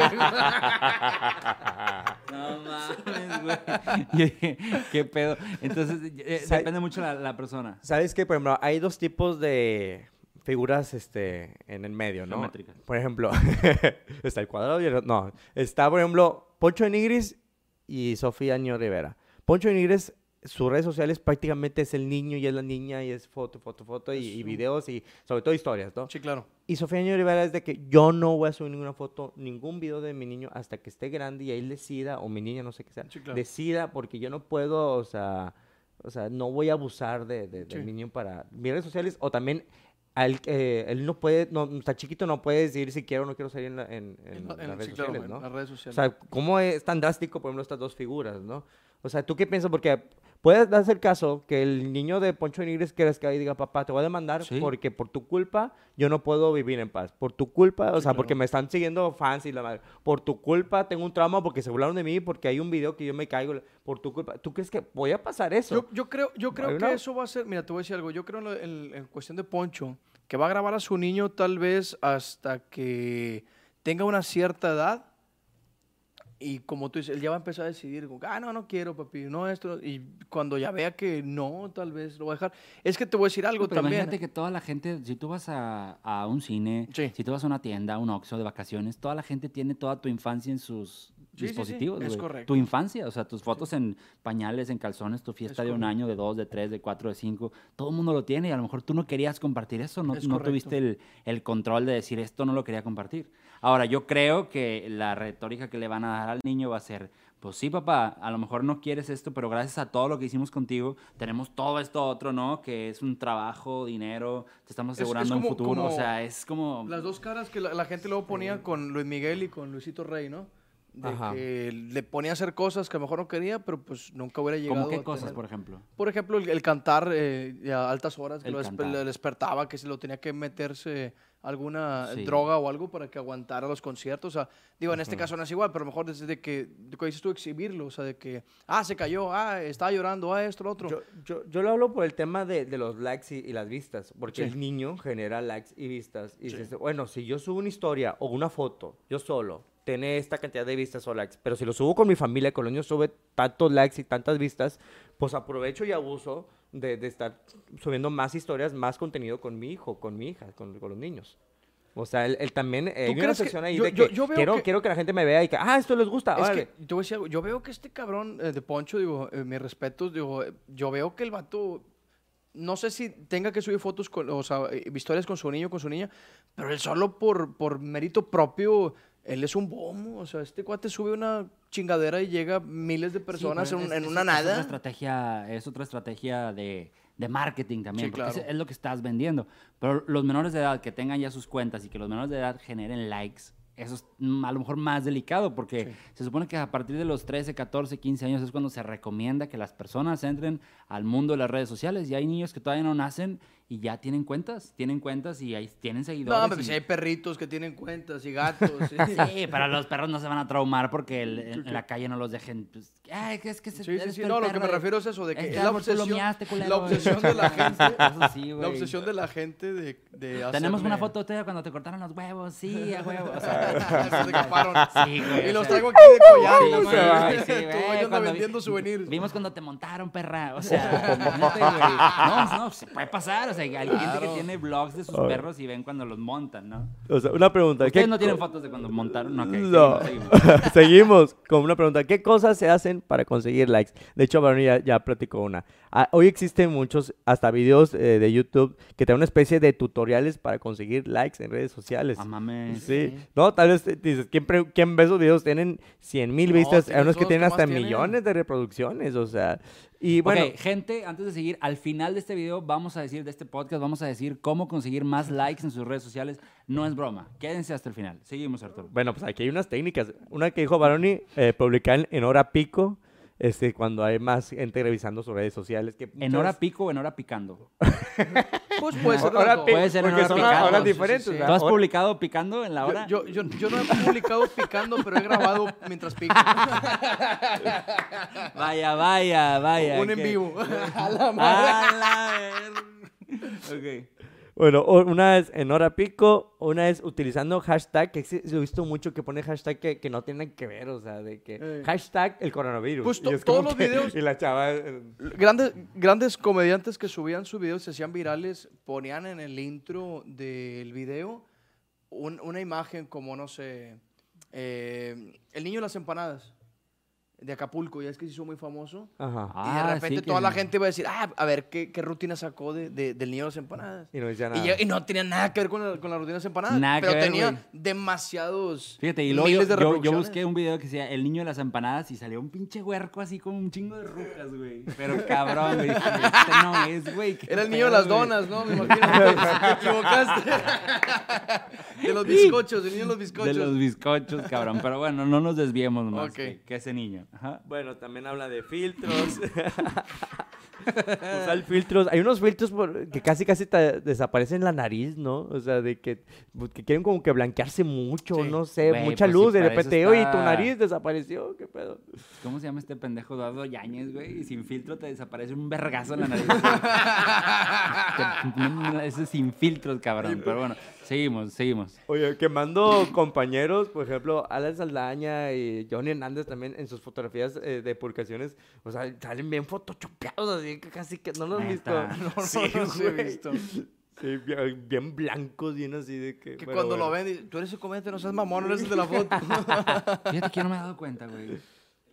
[SPEAKER 3] No mames, güey. Yo dije, ¿Qué pedo? Entonces, eh,
[SPEAKER 1] Sa-
[SPEAKER 3] depende mucho la, la persona.
[SPEAKER 1] ¿Sabes qué? Por ejemplo, hay dos tipos de figuras este, en el medio, ¿no?
[SPEAKER 3] Geométricas.
[SPEAKER 1] Por ejemplo, está el cuadrado y el... No, está, por ejemplo, Poncho de Nigris y Sofía Año Rivera. Poncho de Nigris, sus redes sociales prácticamente es el niño y es la niña y es foto, foto, foto y, y videos y sobre todo historias, ¿no?
[SPEAKER 2] Sí, claro.
[SPEAKER 1] Y Sofía Año Rivera es de que yo no voy a subir ninguna foto, ningún video de mi niño hasta que esté grande y él decida, o mi niña, no sé qué sea,
[SPEAKER 2] Sí, claro.
[SPEAKER 1] decida porque yo no puedo, o sea, o sea no voy a abusar de, de, de
[SPEAKER 2] Sí.
[SPEAKER 1] mi niño para mis redes sociales o también... al- eh, él no puede, no, está chiquito, no puede decidir si quiero o no quiero salir en, la- en- en
[SPEAKER 2] En, la-
[SPEAKER 1] las
[SPEAKER 2] en-
[SPEAKER 1] redes
[SPEAKER 2] sí, claro,
[SPEAKER 1] sociales,
[SPEAKER 2] en
[SPEAKER 1] ¿no?
[SPEAKER 2] las redes
[SPEAKER 1] O
[SPEAKER 2] sociales.
[SPEAKER 1] sea, ¿cómo es tan drástico, por ejemplo, estas dos figuras, no? O sea, ¿tú qué piensas? Porque puedes darse el caso que el niño de Poncho de Nigris creas que ahí diga, papá, te voy a demandar
[SPEAKER 3] Sí.
[SPEAKER 1] porque por tu culpa yo no puedo vivir en paz. Por tu culpa, o sea,
[SPEAKER 2] claro.
[SPEAKER 1] porque me están siguiendo fans y la madre. Por tu culpa tengo un trauma porque se burlaron de mí, porque hay un video que yo me caigo. Por tu culpa. ¿Tú crees que voy a pasar eso?
[SPEAKER 2] Yo, yo creo, yo creo
[SPEAKER 1] Hay
[SPEAKER 2] que
[SPEAKER 1] una-
[SPEAKER 2] eso va a ser. Mira, te voy a decir algo. Yo creo en, lo- en- en cuestión de Poncho, que va a grabar a su niño tal vez hasta que tenga una cierta edad. Y como tú dices, él ya va a empezar a decidir, como, ah, no, no quiero, papi, no, esto. no". Y cuando ya vea que no, tal vez lo va a dejar. Es que te voy a decir algo
[SPEAKER 3] Pero
[SPEAKER 2] también.
[SPEAKER 3] imagínate que toda la gente, si tú vas a, a un cine,
[SPEAKER 2] Sí.
[SPEAKER 3] si tú vas a una tienda, a un Oxxo de vacaciones, toda la gente tiene toda tu infancia en sus
[SPEAKER 2] sí, sí,
[SPEAKER 3] dispositivos.
[SPEAKER 2] es
[SPEAKER 3] güey.
[SPEAKER 2] correcto.
[SPEAKER 3] Tu infancia, o sea, tus fotos en pañales, en calzones, tu fiesta de un año, de dos, de tres, de cuatro, de cinco, todo el mundo lo tiene y a lo mejor tú no querías compartir eso, no,
[SPEAKER 2] Es
[SPEAKER 3] no
[SPEAKER 2] correcto.
[SPEAKER 3] tuviste el, el control de decir esto no lo quería compartir. Ahora, yo creo que la retórica que le van a dar al niño va a ser, pues sí, papá, a lo mejor no quieres esto, pero gracias a todo lo que hicimos contigo, tenemos todo esto otro, ¿no? Que es un trabajo, dinero, te estamos
[SPEAKER 2] Es- es
[SPEAKER 3] asegurando
[SPEAKER 2] como-
[SPEAKER 3] un futuro, o
[SPEAKER 2] como
[SPEAKER 3] sea, es como...
[SPEAKER 2] Las dos caras que la, la gente luego ponía con Luis Miguel y con Luisito Rey, ¿no? De
[SPEAKER 1] Ajá.
[SPEAKER 2] que le ponía a hacer cosas que a lo mejor no quería, pero pues nunca hubiera llegado.
[SPEAKER 3] ¿Cómo
[SPEAKER 2] a
[SPEAKER 3] qué
[SPEAKER 2] tener-
[SPEAKER 3] cosas, por ejemplo?
[SPEAKER 2] Por ejemplo, el, el cantar eh, a altas horas, que
[SPEAKER 3] El
[SPEAKER 2] lo despe-
[SPEAKER 3] cantar.
[SPEAKER 2] le despertaba, que se lo tenía que meterse alguna
[SPEAKER 3] Sí.
[SPEAKER 2] droga o algo para que aguantara los conciertos. O sea, digo, en este caso no es igual, pero a lo mejor desde que, como dices tú, exhibirlo, o sea, de que, ah, se cayó, ah, estaba llorando, ah, esto, lo otro.
[SPEAKER 1] Yo, yo, yo lo hablo por el tema de, de los likes y, y las vistas, porque
[SPEAKER 2] Sí.
[SPEAKER 1] el niño genera likes y vistas. Y dices, bueno, si yo subo una historia o una foto, yo solo, tiene esta cantidad de vistas o likes, pero si lo subo con mi familia, con los niños sube tantos likes y tantas vistas, pues aprovecho y abuso de, de estar subiendo más historias, más contenido con mi hijo, con mi hija, con, con los niños. O sea, él, él también, eh, hay una
[SPEAKER 2] crees que-
[SPEAKER 1] sección ahí
[SPEAKER 2] yo-
[SPEAKER 1] de que,
[SPEAKER 2] yo- yo veo
[SPEAKER 1] quiero,
[SPEAKER 2] que-
[SPEAKER 1] quiero que la gente me vea y que, ah, esto les gusta,
[SPEAKER 2] Es
[SPEAKER 1] órale".
[SPEAKER 2] que, te voy a decir algo, yo veo que este cabrón eh, de Poncho, digo, eh, mis respetos, digo, eh, yo veo que el vato no sé si tenga que subir fotos, con, o sea, eh, historias con su niño, con su niña, pero él solo por, por mérito propio, él es un bombo. O sea, este cuate sube una chingadera y llega miles de
[SPEAKER 3] Sí, pero
[SPEAKER 2] personas en,
[SPEAKER 3] es-
[SPEAKER 2] un- en
[SPEAKER 3] es-
[SPEAKER 2] una
[SPEAKER 3] es Otra
[SPEAKER 2] nada.
[SPEAKER 3] estrategia, es otra estrategia de, de marketing también,
[SPEAKER 2] Sí,
[SPEAKER 3] porque
[SPEAKER 2] claro.
[SPEAKER 3] es, es lo que estás vendiendo. Pero los menores de edad que tengan ya sus cuentas y que los menores de edad generen likes, eso es mm, a lo mejor más delicado, porque se supone que a partir de los 13, 14, 15 años es cuando se recomienda que las personas entren al mundo de las redes sociales. Y hay niños que todavía no nacen y ya tienen cuentas, tienen cuentas y ahí tienen seguidores.
[SPEAKER 2] No, pero
[SPEAKER 3] y-
[SPEAKER 2] si hay perritos que tienen cuentas y gatos. sí.
[SPEAKER 3] Sí, pero los perros no se van a traumar porque el- en, en la calle no los dejen. pues, ay, es que se,
[SPEAKER 2] Sí, sí,
[SPEAKER 3] eres
[SPEAKER 2] sí.
[SPEAKER 3] tú el
[SPEAKER 2] No, lo que
[SPEAKER 3] perro
[SPEAKER 2] me
[SPEAKER 3] de-
[SPEAKER 2] refiero es eso, de que
[SPEAKER 3] Este
[SPEAKER 2] es la
[SPEAKER 3] árbol tú lo
[SPEAKER 2] obsesión,
[SPEAKER 3] miaste, culero,
[SPEAKER 2] la
[SPEAKER 3] güey.
[SPEAKER 2] obsesión de la gente,
[SPEAKER 3] Eso sí, güey.
[SPEAKER 2] la obsesión de la gente de, de
[SPEAKER 3] Tenemos una
[SPEAKER 2] hacerme-
[SPEAKER 3] foto tuya cuando te cortaron los huevos, sí, a huevo. O
[SPEAKER 2] Se
[SPEAKER 3] sea,
[SPEAKER 2] te escaparon.
[SPEAKER 3] sí, güey.
[SPEAKER 2] Y
[SPEAKER 3] o
[SPEAKER 2] los
[SPEAKER 3] sea,
[SPEAKER 2] traigo aquí de collar.
[SPEAKER 3] sí,
[SPEAKER 2] ¿no,
[SPEAKER 3] güey,
[SPEAKER 2] güey? Tú,
[SPEAKER 3] sí, güey,
[SPEAKER 2] ahí anda
[SPEAKER 3] cuando vi-
[SPEAKER 2] vendiendo souvenirs.
[SPEAKER 3] Vimos cuando te montaron, perra. O sea, imagínate, güey. no, no, se puede pasar. O sea, hay gente que tiene blogs de sus
[SPEAKER 1] Ay.
[SPEAKER 3] perros y ven cuando los montan, ¿no?
[SPEAKER 1] O sea, una pregunta. ¿qué
[SPEAKER 3] Ustedes no tienen
[SPEAKER 1] co-
[SPEAKER 3] fotos de cuando montaron, no, ok,
[SPEAKER 1] No.
[SPEAKER 3] seguimos, seguimos.
[SPEAKER 1] Seguimos con una pregunta. ¿Qué cosas se hacen para conseguir likes? De hecho, Barney ya, ya platicó una. Ah, hoy existen muchos, hasta videos eh, de YouTube, que te dan una especie de tutoriales para conseguir likes en redes sociales.
[SPEAKER 3] Ah, mames.
[SPEAKER 1] Sí. No, tal vez eh, dices, ¿quién, pre- quién ve esos videos? Tienen 100 mil
[SPEAKER 2] No,
[SPEAKER 1] vistas. Hay
[SPEAKER 2] tienen
[SPEAKER 1] unos que
[SPEAKER 2] todos los que
[SPEAKER 1] tienen hasta
[SPEAKER 2] más tienen.
[SPEAKER 1] millones de reproducciones, o sea. Y bueno,
[SPEAKER 3] Ok, gente, antes de seguir, al final de este video vamos a decir, de este podcast, vamos a decir cómo conseguir más likes en sus redes sociales. No es broma. Quédense hasta el final. Seguimos, Arturo.
[SPEAKER 1] bueno, pues aquí hay unas técnicas. Una que dijo Baroni, eh, publicar en hora pico, este, cuando hay más gente revisando sus redes sociales. Que
[SPEAKER 3] En hora pico o en hora picando.
[SPEAKER 2] Pues puede ser.
[SPEAKER 1] Ahora
[SPEAKER 2] las
[SPEAKER 1] pi-
[SPEAKER 2] dos.
[SPEAKER 3] Puede ser en
[SPEAKER 1] porque
[SPEAKER 3] hora
[SPEAKER 1] son
[SPEAKER 3] picada,
[SPEAKER 1] horas
[SPEAKER 3] sí, sí,
[SPEAKER 1] diferentes.
[SPEAKER 2] sí.
[SPEAKER 1] ¿verdad?
[SPEAKER 3] ¿Tú has
[SPEAKER 1] Hora-
[SPEAKER 3] publicado picando en la hora?
[SPEAKER 2] Yo, yo, yo- yo no he publicado picando, pero he grabado mientras pico.
[SPEAKER 3] Vaya, vaya, vaya.
[SPEAKER 2] un en
[SPEAKER 3] que-
[SPEAKER 2] vivo.
[SPEAKER 3] A la ver- Ok.
[SPEAKER 1] Bueno, o- una es en hora pico, una es utilizando hashtag, que sí, he visto mucho que pone hashtag que, que no tienen que ver, o sea, de que
[SPEAKER 2] Eh.
[SPEAKER 1] hashtag el coronavirus.
[SPEAKER 2] Pues
[SPEAKER 1] Y
[SPEAKER 2] to-
[SPEAKER 1] es como
[SPEAKER 2] todos los
[SPEAKER 1] que-
[SPEAKER 2] videos-
[SPEAKER 1] Y la chava... eh,
[SPEAKER 2] grandes, grandes comediantes que subían sus videos, se hacían virales, ponían en el intro del video un- una imagen como, no sé, eh, el niño de las empanadas de Acapulco, ya es que se hizo muy famoso.
[SPEAKER 1] Ajá.
[SPEAKER 2] y de
[SPEAKER 3] Ah,
[SPEAKER 2] repente
[SPEAKER 3] sí que-
[SPEAKER 2] toda la gente iba a decir, ah, a ver, ¿qué, qué rutina sacó de, de- del niño de las empanadas?
[SPEAKER 1] Y no decía
[SPEAKER 2] Y,
[SPEAKER 1] nada.
[SPEAKER 2] ya- y no tenía nada que ver con la, con la rutina de las empanadas,
[SPEAKER 3] Nada que
[SPEAKER 2] pero
[SPEAKER 3] ver,
[SPEAKER 2] tenía
[SPEAKER 3] güey.
[SPEAKER 2] demasiados
[SPEAKER 3] Fíjate, y luego yo,
[SPEAKER 2] miles de
[SPEAKER 3] yo- yo
[SPEAKER 2] reproducciones.
[SPEAKER 3] busqué un video que decía El niño de las empanadas y salió un pinche huerco así como un chingo de rucas, güey. Pero cabrón, güey. dije, Este no es, güey. qué
[SPEAKER 2] Era el niño de las
[SPEAKER 3] pedo, güey".
[SPEAKER 2] donas, ¿no? Me imagino. Te equivocaste. De los bizcochos, el niño de los
[SPEAKER 3] De
[SPEAKER 2] bizcochos.
[SPEAKER 3] los bizcochos, cabrón. Pero bueno, no nos desviemos más
[SPEAKER 2] Ok.
[SPEAKER 3] que, que ese niño. Ajá.
[SPEAKER 1] Bueno, también habla de filtros. Usar filtros. Hay unos filtros por- que casi casi te desaparecen la nariz, ¿no? O sea, de que, que quieren como que blanquearse mucho,
[SPEAKER 2] Sí.
[SPEAKER 1] no sé,
[SPEAKER 3] Güey,
[SPEAKER 1] mucha
[SPEAKER 3] pues sí,
[SPEAKER 1] luz. de
[SPEAKER 3] para eso
[SPEAKER 1] repente, oye, tu
[SPEAKER 3] está-
[SPEAKER 1] nariz desapareció, qué pedo.
[SPEAKER 3] ¿Cómo se llama este pendejo Eduardo Yañez, güey? Y sin filtro te desaparece un vergazo en la nariz. güey. Te- no, no, Ese es sin filtros, cabrón. Pero bueno, seguimos, seguimos.
[SPEAKER 1] Oye, quemando compañeros, por ejemplo, Alan Saldaña y Johnny Hernández también en sus fotografías eh, de publicaciones, o sea, salen bien photoshopeados, así que casi que no los he visto.
[SPEAKER 3] Neta.
[SPEAKER 1] No,
[SPEAKER 2] Sí, los he
[SPEAKER 1] güey.
[SPEAKER 2] visto.
[SPEAKER 1] Sí, bien, bien blancos, bien así de que...
[SPEAKER 2] Que
[SPEAKER 1] bueno,
[SPEAKER 2] cuando
[SPEAKER 1] bueno.
[SPEAKER 2] lo ven, dicen, tú eres el comediante, no seas mamón, no eres el de la foto.
[SPEAKER 3] Fíjate que yo no me he dado cuenta, güey.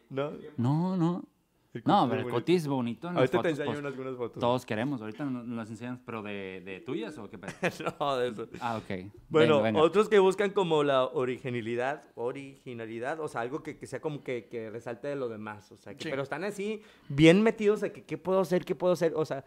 [SPEAKER 1] ¿No?
[SPEAKER 3] No, no.
[SPEAKER 1] El
[SPEAKER 3] No,
[SPEAKER 1] cotismo
[SPEAKER 3] pero el
[SPEAKER 1] bonito.
[SPEAKER 3] cotis es bonito. En las
[SPEAKER 1] Ahorita te
[SPEAKER 3] fotos,
[SPEAKER 1] enseño
[SPEAKER 3] pues,
[SPEAKER 1] algunas fotos.
[SPEAKER 3] Todos queremos. Ahorita no- nos las enseñas, pero de, de tuyas o qué pedo.
[SPEAKER 1] No, de eso.
[SPEAKER 3] Ah, ok.
[SPEAKER 1] Bueno,
[SPEAKER 3] Venga, venga.
[SPEAKER 1] otros que buscan como la originalidad, originalidad, o sea, algo que, que sea como que, que resalte de lo demás, o sea, que-
[SPEAKER 2] Sí.
[SPEAKER 1] pero están así bien metidos a que qué puedo hacer, qué puedo hacer, o sea,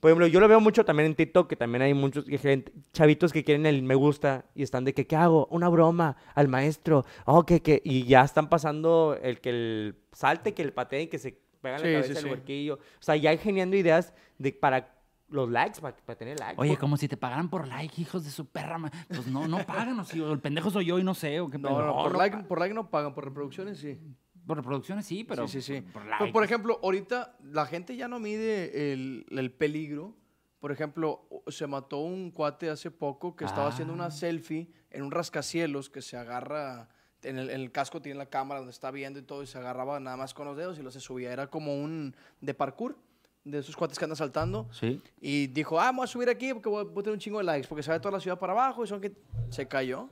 [SPEAKER 1] por ejemplo, yo lo veo mucho también en TikTok, que también hay muchos que gente- chavitos que quieren el me gusta y están de que, ¿qué hago? Una broma al maestro, oh, que, que, y ya están pasando el que el salte, que el pateen, que se pegan
[SPEAKER 2] Sí,
[SPEAKER 1] la
[SPEAKER 2] sí,
[SPEAKER 1] cabeza el
[SPEAKER 2] sí.
[SPEAKER 1] huerquillo, o sea, ya ingeniando ideas de, para los likes, para, para tener likes.
[SPEAKER 3] Oye,
[SPEAKER 1] por-
[SPEAKER 3] como si te pagaran por like, hijos de su perra. ma- Pues no, no pagan. O si o el pendejo soy yo y no sé. O qué
[SPEAKER 2] No,
[SPEAKER 3] pedo.
[SPEAKER 2] no, por,
[SPEAKER 3] no
[SPEAKER 2] like, por like no pagan, por reproducciones sí.
[SPEAKER 3] Por reproducciones sí, pero.
[SPEAKER 2] sí, sí, sí.
[SPEAKER 1] Pues,
[SPEAKER 3] Por,
[SPEAKER 2] Pero, por ejemplo, ahorita la gente ya no mide el, el peligro. Por ejemplo, o- se mató un cuate hace poco que estaba haciendo
[SPEAKER 3] Ah.
[SPEAKER 2] una selfie en un rascacielos que se agarra. En el, en el casco tiene la cámara donde está viendo y todo, y se agarraba nada más con los dedos y lo se subía. Era como un de parkour, de esos cuates que andan saltando.
[SPEAKER 3] Sí.
[SPEAKER 2] Y dijo, ah, me voy a subir aquí porque voy, voy a tener un chingo de likes, porque se ve toda la ciudad para abajo y son que se cayó.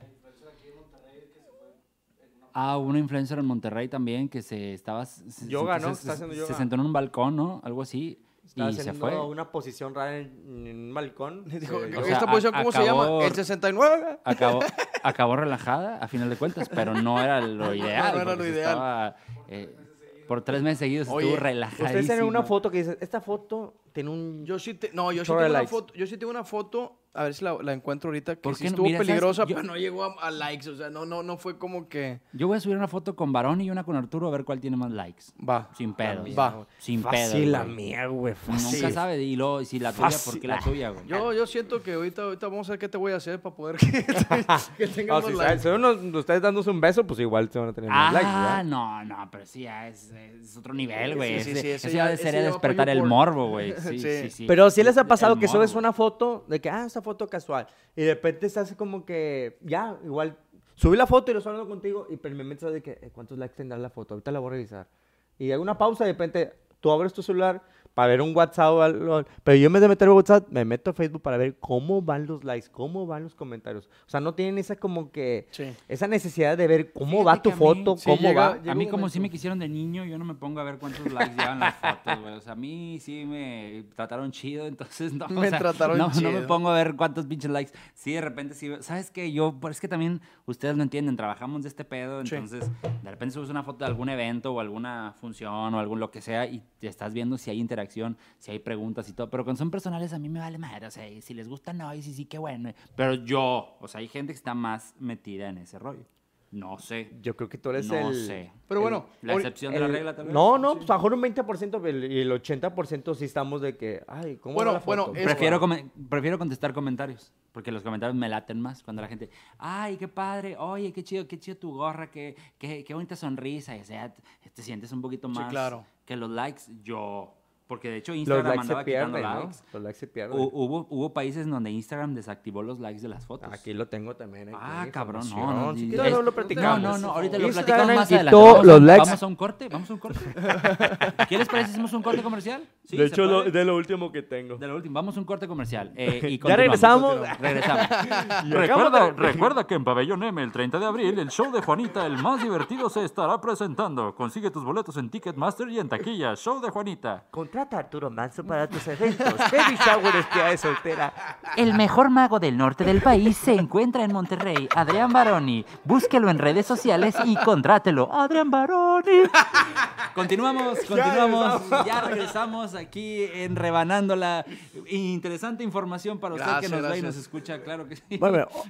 [SPEAKER 3] Ah, hubo una influencer en Monterrey también que se estaba. se- se-
[SPEAKER 1] Yoga,
[SPEAKER 3] que
[SPEAKER 1] ¿no?
[SPEAKER 3] Se,
[SPEAKER 1] Está haciendo
[SPEAKER 3] se
[SPEAKER 1] yoga.
[SPEAKER 3] sentó en un balcón, ¿no? Algo así.
[SPEAKER 1] Estaba
[SPEAKER 3] Y se
[SPEAKER 1] haciendo
[SPEAKER 3] fue.
[SPEAKER 1] una posición rara en, en un balcón.
[SPEAKER 2] Dijo,
[SPEAKER 1] Se-
[SPEAKER 3] o
[SPEAKER 2] ¿esta
[SPEAKER 3] sea,
[SPEAKER 2] posición
[SPEAKER 3] a-
[SPEAKER 2] cómo
[SPEAKER 3] acabó-
[SPEAKER 2] se llama? El 69.
[SPEAKER 3] Acabó, acabó relajada, a final de cuentas, pero no era lo ideal.
[SPEAKER 2] No era lo
[SPEAKER 3] porque se
[SPEAKER 2] ideal.
[SPEAKER 3] estaba, eh, por tres meses seguidos
[SPEAKER 2] Oye,
[SPEAKER 3] estuvo
[SPEAKER 2] ustedes
[SPEAKER 3] relajadísimo.
[SPEAKER 1] Ustedes tienen una foto que dice, esta foto tiene un...
[SPEAKER 2] Yo sí, te- no, yo sí,
[SPEAKER 1] Chorro de
[SPEAKER 2] tengo una
[SPEAKER 1] likes.
[SPEAKER 2] foto, yo sí tengo una foto, a ver si la, la encuentro ahorita, que
[SPEAKER 3] ¿Por
[SPEAKER 2] sí
[SPEAKER 3] qué no?
[SPEAKER 2] estuvo
[SPEAKER 3] Mira, ¿sabes?
[SPEAKER 2] peligrosa,
[SPEAKER 3] Yo-
[SPEAKER 2] pero no llegó a, a likes, o sea, no, no, no fue como que...
[SPEAKER 3] Yo voy a subir una foto con Barón y una con Arturo a ver cuál tiene más likes.
[SPEAKER 2] Va.
[SPEAKER 3] Sin pedos.
[SPEAKER 2] Va.
[SPEAKER 3] Sin pedos.
[SPEAKER 1] Fácil la
[SPEAKER 3] güey.
[SPEAKER 1] mía, güey,
[SPEAKER 3] Uno
[SPEAKER 1] fácil.
[SPEAKER 3] Nunca sabes. Y luego, y si la tuya,
[SPEAKER 1] Fácil.
[SPEAKER 3] ¿por qué la tuya, güey?
[SPEAKER 2] Yo, yo siento que ahorita, ahorita vamos a ver qué te voy a hacer para poder que, que
[SPEAKER 1] Ah,
[SPEAKER 2] tengamos
[SPEAKER 1] si,
[SPEAKER 2] likes.
[SPEAKER 1] si uno de ustedes dándose un beso, pues igual se van a tener más likes,
[SPEAKER 3] Ah,
[SPEAKER 1] ¿verdad?
[SPEAKER 3] no, no, pero sí, ya es, es otro nivel,
[SPEAKER 2] Sí,
[SPEAKER 3] güey.
[SPEAKER 2] sí,
[SPEAKER 3] Ese-
[SPEAKER 2] sí, ese
[SPEAKER 3] ese ya
[SPEAKER 2] ya-
[SPEAKER 3] de
[SPEAKER 2] ese
[SPEAKER 3] ser
[SPEAKER 2] ya va pa'
[SPEAKER 3] despertar el
[SPEAKER 2] YouPorn.
[SPEAKER 3] morbo, güey. Sí, sí,
[SPEAKER 2] Sí.
[SPEAKER 3] sí,
[SPEAKER 1] Pero si les ha
[SPEAKER 3] El
[SPEAKER 1] pasado que
[SPEAKER 3] morbo.
[SPEAKER 1] subes una foto de que, ah, esta foto casual. Y de repente estás como que, ya, igual, subí la foto y lo estoy hablando contigo. Y pero me metes de que, eh, ¿cuántos likes tendrá la foto? Ahorita la voy a revisar. Y hay una pausa y de repente tú abres tu celular para ver un WhatsApp o algo. Pero yo en vez de meter WhatsApp, me meto a Facebook para ver cómo van los likes, cómo van los comentarios. O sea, no tienen esa como que,
[SPEAKER 2] Sí.
[SPEAKER 1] esa necesidad de ver cómo
[SPEAKER 3] Fíjate
[SPEAKER 1] va tu
[SPEAKER 3] que a mí-
[SPEAKER 1] foto,
[SPEAKER 2] sí,
[SPEAKER 1] cómo
[SPEAKER 2] llega-
[SPEAKER 1] va.
[SPEAKER 2] llega
[SPEAKER 3] A
[SPEAKER 2] un
[SPEAKER 3] mí, como
[SPEAKER 2] momento-
[SPEAKER 3] sí me quisieron de niño, yo no me pongo a ver cuántos likes llevan las fotos, güey. O sea, a mí sí me trataron chido, entonces no. o
[SPEAKER 2] Me
[SPEAKER 3] sea,
[SPEAKER 2] trataron
[SPEAKER 3] no, No me
[SPEAKER 2] chido.
[SPEAKER 3] pongo a ver cuántos pinches likes. Sí, de repente sí. ¿Sabes qué? Yo, pues, es que también ustedes no entienden, trabajamos de este pedo,
[SPEAKER 2] Sí.
[SPEAKER 3] entonces de repente subes una foto de algún evento o alguna función o algún lo que sea y te estás viendo si hay interacción, si hay preguntas y todo. Pero cuando son personales, a mí me vale madre. O sea, y si les gusta, no, y si sí, qué bueno. Pero yo, o sea, hay gente que está más metida en ese rollo. No sé.
[SPEAKER 1] Yo creo que tú eres
[SPEAKER 3] No
[SPEAKER 1] el...
[SPEAKER 3] sé.
[SPEAKER 2] Pero bueno,
[SPEAKER 3] La
[SPEAKER 2] ori-
[SPEAKER 3] excepción de la
[SPEAKER 1] El-
[SPEAKER 3] regla, tal vez.
[SPEAKER 1] No, no, pues a lo mejor un 20% pero el- y el 80% sí estamos de que, ay, ¿cómo
[SPEAKER 2] Bueno,
[SPEAKER 1] va la foto?
[SPEAKER 2] bueno, es-
[SPEAKER 3] Prefiero, come- prefiero contestar comentarios, porque los comentarios me laten más cuando la gente, ay, qué padre, oye, qué chido, qué chido tu gorra, qué, qué, qué bonita sonrisa, y, o sea, t- te sientes un poquito
[SPEAKER 2] Sí,
[SPEAKER 3] más
[SPEAKER 2] claro.
[SPEAKER 3] que los likes, yo, porque de hecho
[SPEAKER 1] los
[SPEAKER 3] Instagram
[SPEAKER 1] likes se
[SPEAKER 3] mandaba quitando
[SPEAKER 1] pierden, ¿no?
[SPEAKER 3] likes.
[SPEAKER 1] Los likes se pierden.
[SPEAKER 3] Hu- Hubo, hubo países donde Instagram desactivó los likes de las fotos.
[SPEAKER 1] Aquí lo tengo también. aquí
[SPEAKER 3] pues, Ah,
[SPEAKER 1] hay
[SPEAKER 3] cabrón, no,
[SPEAKER 1] información.
[SPEAKER 3] no,
[SPEAKER 1] Si
[SPEAKER 3] di-
[SPEAKER 1] quieres,
[SPEAKER 3] es-
[SPEAKER 1] luego lo platicamos.
[SPEAKER 3] No, no, no, ahorita lo
[SPEAKER 1] Instagram
[SPEAKER 3] platicamos más
[SPEAKER 1] quitó
[SPEAKER 3] adelante. Vamos a-
[SPEAKER 1] los likes.
[SPEAKER 3] Vamos a un corte, vamos a un corte. ¿Qué les parece? ¿Hacemos un corte comercial? Sí,
[SPEAKER 1] de
[SPEAKER 3] ¿se
[SPEAKER 1] hecho, lo-
[SPEAKER 3] puede?
[SPEAKER 1] de lo último que tengo.
[SPEAKER 3] De lo último, vamos a un corte comercial. eh, y
[SPEAKER 1] Ya regresamos.
[SPEAKER 3] continuamos. Regresamos.
[SPEAKER 1] Recuerda-
[SPEAKER 3] recuerda que en Pabellón M, el 30 de abril, el show de Juanita, el más divertido, se estará presentando. Consigue tus boletos en Ticketmaster y en taquilla. Show de Juanita.
[SPEAKER 1] Contrata a Arturo Manso para tus eventos. Baby shower, despedida de soltera.
[SPEAKER 3] El mejor mago del norte del país se encuentra en Monterrey, Adrián Baroni. Búsquelo en redes sociales y contrátelo. Adrián Baroni. Continuamos, continuamos. Ya regresamos aquí en Rebanando la interesante información para usted que
[SPEAKER 2] Gracias,
[SPEAKER 3] nos ve y
[SPEAKER 2] gracias.
[SPEAKER 3] nos escucha, claro que sí.
[SPEAKER 1] Bueno, bueno,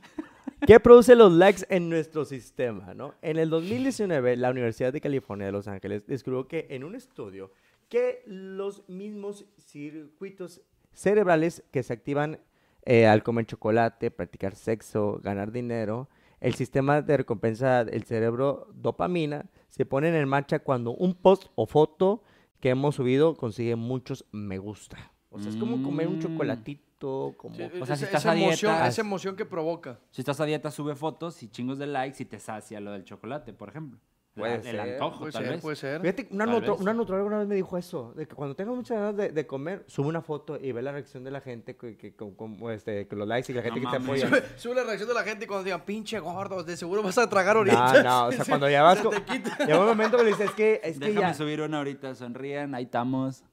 [SPEAKER 1] ¿Qué produce los likes en nuestro sistema? ¿no? En el 2019, la Universidad de California de Los Ángeles descubrió que en un estudio que los mismos circuitos cerebrales que se activan eh, al comer chocolate, practicar sexo, ganar dinero, el sistema de recompensa del cerebro dopamina se ponen en marcha cuando un post o foto que hemos subido consigue muchos me gusta. O sea, es como comer un
[SPEAKER 3] Mm.
[SPEAKER 1] chocolatito, como...
[SPEAKER 2] Sí,
[SPEAKER 3] O sea,
[SPEAKER 2] esa-
[SPEAKER 3] si estás
[SPEAKER 2] esa
[SPEAKER 3] a dieta-
[SPEAKER 2] emoción, esa emoción que provoca.
[SPEAKER 3] Si estás a dieta, sube fotos y chingos de likes y te sacia lo del chocolate, por ejemplo. La-
[SPEAKER 1] Puede
[SPEAKER 3] el
[SPEAKER 1] ser,
[SPEAKER 3] antojo,
[SPEAKER 2] Puede
[SPEAKER 3] tal
[SPEAKER 2] ser,
[SPEAKER 3] vez.
[SPEAKER 2] puede ser.
[SPEAKER 1] Fíjate, una,
[SPEAKER 3] Tal
[SPEAKER 1] nutro-
[SPEAKER 3] vez.
[SPEAKER 1] una nutróloga una vez me dijo eso, de que cuando tenga muchas ganas de, de comer, sube una foto y ve la reacción de la gente que, que- con- con, este, con los likes y la gente
[SPEAKER 3] No
[SPEAKER 1] que
[SPEAKER 3] mames.
[SPEAKER 1] te apoya.
[SPEAKER 2] Sube la reacción de la gente cuando digan, pinche gordo, de seguro vas a tragar ahorita.
[SPEAKER 1] No, no, o sea, cuando ya vas...
[SPEAKER 2] Se
[SPEAKER 1] con-
[SPEAKER 2] te quita.
[SPEAKER 1] Llega un momento que le dices, es que, es que
[SPEAKER 3] Déjame
[SPEAKER 1] ya...
[SPEAKER 3] subir una ahorita, sonrían, ahí estamos.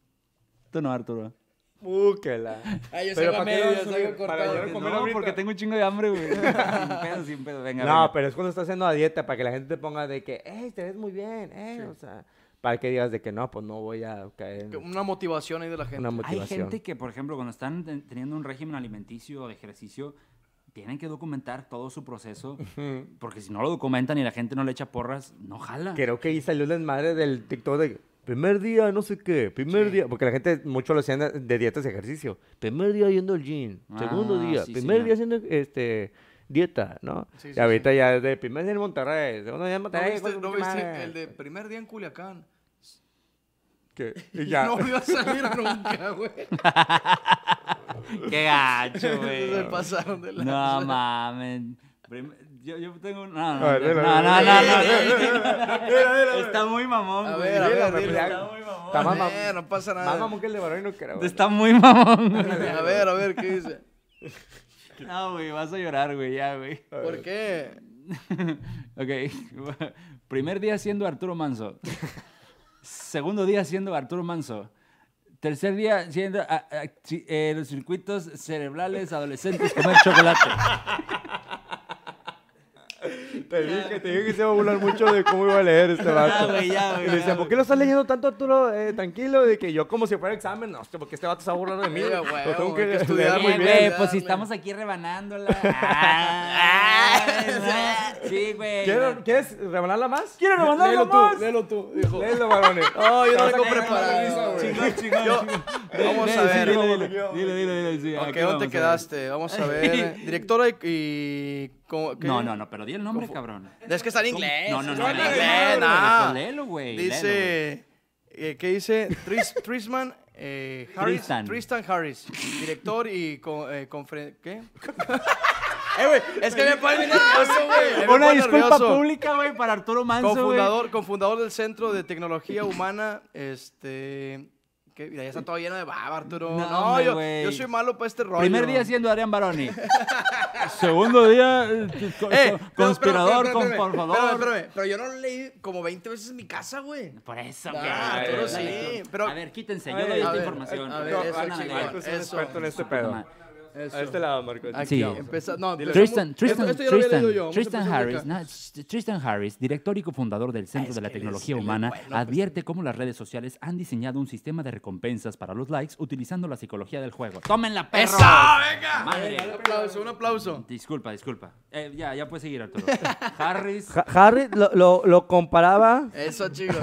[SPEAKER 3] Tú no, Arturo.
[SPEAKER 1] Uh, que la-
[SPEAKER 2] Ay, yo
[SPEAKER 1] Pero
[SPEAKER 2] salgo
[SPEAKER 1] ¿para
[SPEAKER 2] a
[SPEAKER 1] qué lo
[SPEAKER 2] medias,
[SPEAKER 1] subí?
[SPEAKER 2] salgo
[SPEAKER 1] Para
[SPEAKER 2] cortado.
[SPEAKER 1] yo
[SPEAKER 2] Que
[SPEAKER 1] comer
[SPEAKER 3] no,
[SPEAKER 1] ahorita.
[SPEAKER 3] porque tengo un chingo de hambre, güey. sin pedo, sin pedo. Venga,
[SPEAKER 1] No,
[SPEAKER 3] venga.
[SPEAKER 1] pero es cuando estás haciendo la dieta, para que la gente te ponga de que, hey, te ves muy bien, eh, o sea... Para que digas de que no, pues no voy a caer
[SPEAKER 2] Que
[SPEAKER 1] en
[SPEAKER 2] Una motivación ahí de la gente.
[SPEAKER 1] una
[SPEAKER 3] Hay
[SPEAKER 1] motivación.
[SPEAKER 3] gente que, por ejemplo, cuando están ten- teniendo un régimen alimenticio o de ejercicio, tienen que documentar todo su proceso, porque si no lo documentan y la gente no le echa porras, no jala.
[SPEAKER 1] Creo que ahí salió el desmadre del TikTok de primer día, no sé qué, primer día, porque la gente mucho lo hacían de- de dietas y ejercicio. Primer día yendo al gym, segundo
[SPEAKER 3] Ah,
[SPEAKER 1] día,
[SPEAKER 3] sí,
[SPEAKER 1] primer día
[SPEAKER 3] señor.
[SPEAKER 1] haciendo este dieta, ¿no?
[SPEAKER 2] Sí,
[SPEAKER 1] y
[SPEAKER 2] sí,
[SPEAKER 1] ahorita ya es de primer día en Monterrey, segundo día en
[SPEAKER 2] ¿No
[SPEAKER 1] Monterrey.
[SPEAKER 2] viste,
[SPEAKER 1] ¿cuál-
[SPEAKER 2] no
[SPEAKER 1] qué
[SPEAKER 2] viste
[SPEAKER 1] madre?
[SPEAKER 2] el de
[SPEAKER 3] este.
[SPEAKER 2] primer día en Culiacán?
[SPEAKER 1] ¿Qué? Y ya.
[SPEAKER 2] No iba a salir nunca, güey.
[SPEAKER 3] ¡Qué gacho, güey!
[SPEAKER 2] Se pasaron de la...
[SPEAKER 3] No mames. Prim- Yo, yo tengo un- No, no,
[SPEAKER 1] A ver,
[SPEAKER 3] no,
[SPEAKER 1] dilo,
[SPEAKER 3] no, no,
[SPEAKER 1] dilo,
[SPEAKER 3] no,
[SPEAKER 2] dilo,
[SPEAKER 3] no. Está muy mamón,
[SPEAKER 2] A
[SPEAKER 3] güey.
[SPEAKER 2] ver, a ver, a ver.
[SPEAKER 3] Está muy mamón.
[SPEAKER 1] Está más mam-
[SPEAKER 2] Eh, no pasa
[SPEAKER 1] más
[SPEAKER 2] nada.
[SPEAKER 1] mamón que el de varón no creo.
[SPEAKER 3] Está muy mamón, güey.
[SPEAKER 2] A ver, a ver, ¿qué dice?
[SPEAKER 3] No, güey, vas a llorar, güey, ya, güey.
[SPEAKER 2] ¿Por qué?
[SPEAKER 3] ok. Primer día siendo Arturo Manso. Segundo día siendo Arturo Manso. Tercer día, siendo a- a- ci- eh, los circuitos cerebrales adolescentes comer chocolate.
[SPEAKER 1] Te dije, te dije que se iba a burlar mucho de cómo iba a leer este
[SPEAKER 2] Ah,
[SPEAKER 1] vato.
[SPEAKER 3] güey, ya, güey,
[SPEAKER 1] Y le decía,
[SPEAKER 3] ya,
[SPEAKER 1] ¿por qué lo estás leyendo tanto, Arturo? Eh, tranquilo, de que yo como si fuera examen. No, hostia, porque este vato se va a burlar de mí.
[SPEAKER 2] Sí,
[SPEAKER 1] Lo
[SPEAKER 2] güey,
[SPEAKER 1] tengo
[SPEAKER 2] güey,
[SPEAKER 1] que
[SPEAKER 2] hay que
[SPEAKER 1] estudiar
[SPEAKER 2] estudiar,
[SPEAKER 1] muy
[SPEAKER 3] Eh,
[SPEAKER 1] bien.
[SPEAKER 3] güey, pues si
[SPEAKER 2] Dale.
[SPEAKER 3] estamos aquí rebanándola. Ah, sí, güey.
[SPEAKER 1] ¿Quiero- ¿Quieres rebanarla más?
[SPEAKER 3] Quiero rebanarla
[SPEAKER 1] Léelo
[SPEAKER 3] más.
[SPEAKER 1] tú, léelo tú. Dijo. Léelo, varones.
[SPEAKER 2] No, yo no
[SPEAKER 1] Te vas a
[SPEAKER 2] vengo
[SPEAKER 1] cagar con la risa,
[SPEAKER 2] preparado.
[SPEAKER 1] güey.
[SPEAKER 2] Chingón, chingón. Vamos
[SPEAKER 3] Dile,
[SPEAKER 2] a
[SPEAKER 3] sí,
[SPEAKER 2] ver.
[SPEAKER 3] Dile, dile, dile, dile, dile, sí,
[SPEAKER 2] Ok,
[SPEAKER 3] aquí
[SPEAKER 2] ¿dónde
[SPEAKER 3] vamos a
[SPEAKER 2] te
[SPEAKER 3] ver.
[SPEAKER 2] quedaste? Vamos a ver. Directora y. y ¿cómo- qué?
[SPEAKER 3] No, no, no, pero di el nombre, cabrón.
[SPEAKER 2] Es que está en inglés.
[SPEAKER 3] No, no, no,
[SPEAKER 2] está
[SPEAKER 3] en
[SPEAKER 2] en
[SPEAKER 3] inglés,
[SPEAKER 2] inglés,
[SPEAKER 3] no,
[SPEAKER 2] no.
[SPEAKER 3] pues léelo, güey,
[SPEAKER 2] Dice. eh, ¿Qué dice? Tris- Trisman eh, Harris.
[SPEAKER 3] Tristan.
[SPEAKER 2] Tristan. Harris. Director y. co- eh, confre- ¿Qué? eh, güey. Es que me pone nervioso, güey. me
[SPEAKER 3] Una
[SPEAKER 2] pone
[SPEAKER 3] disculpa
[SPEAKER 2] nervioso.
[SPEAKER 3] pública, güey, para Arturo Manso, güey.
[SPEAKER 2] Cofundador, cofundador del Centro de Tecnología Humana, este... ¿qué? Mira, ya está todo lleno de baba, Arturo.
[SPEAKER 3] No,
[SPEAKER 2] No,
[SPEAKER 3] hombre,
[SPEAKER 2] yo,
[SPEAKER 3] güey.
[SPEAKER 2] yo soy malo para este rollo.
[SPEAKER 3] Primer día siendo Adrián Baroni. Segundo día, eh, co-
[SPEAKER 2] Eh,
[SPEAKER 3] co-
[SPEAKER 2] pero,
[SPEAKER 3] conspirador,
[SPEAKER 2] pero, espérame,
[SPEAKER 3] con- por
[SPEAKER 2] espérame,
[SPEAKER 3] favor.
[SPEAKER 2] espérame, espérame, pero yo no lo leí como 20 veces en mi casa, güey.
[SPEAKER 3] Por eso,
[SPEAKER 2] No,
[SPEAKER 3] güey.
[SPEAKER 2] Arturo,
[SPEAKER 3] Ay,
[SPEAKER 2] sí,
[SPEAKER 3] ay,
[SPEAKER 2] Ah, pero-
[SPEAKER 3] A ver, quítense, yo
[SPEAKER 1] A
[SPEAKER 3] doy
[SPEAKER 1] ver,
[SPEAKER 3] esta
[SPEAKER 2] a ver,
[SPEAKER 3] información.
[SPEAKER 2] a ver,
[SPEAKER 3] No,
[SPEAKER 2] eso,
[SPEAKER 3] suena
[SPEAKER 2] sí,
[SPEAKER 3] legal.
[SPEAKER 2] bueno.
[SPEAKER 1] Marco es un
[SPEAKER 2] Eso.
[SPEAKER 1] experto en este pedo.
[SPEAKER 2] Eso.
[SPEAKER 1] A este lado, Marco.
[SPEAKER 2] Aquí,
[SPEAKER 3] Sí.
[SPEAKER 2] empieza- no,
[SPEAKER 1] Dile-
[SPEAKER 2] pero-
[SPEAKER 3] Tristan,
[SPEAKER 2] esto-
[SPEAKER 3] Tristan,
[SPEAKER 2] esto ya lo había
[SPEAKER 3] Tristan,
[SPEAKER 2] leído yo, vamos a
[SPEAKER 3] Tristan
[SPEAKER 2] empezar
[SPEAKER 3] Harris,
[SPEAKER 2] acá.
[SPEAKER 3] no, s- Tristan Harris, director y cofundador del Centro de la
[SPEAKER 2] que él es-
[SPEAKER 3] Tecnología
[SPEAKER 2] él es
[SPEAKER 3] Humana,
[SPEAKER 2] bueno, pues,
[SPEAKER 3] advierte cómo las redes sociales han diseñado un sistema de recompensas para los likes utilizando la psicología del juego. ¡Tomen la perro!
[SPEAKER 2] ¡Eso, venga!
[SPEAKER 3] Madre.
[SPEAKER 2] Un aplauso, un aplauso.
[SPEAKER 3] Disculpa, disculpa. Eh, ya, ya puedes seguir, Arturo. Harris,
[SPEAKER 1] Harry lo, lo, lo comparaba.
[SPEAKER 2] Eso, chicos.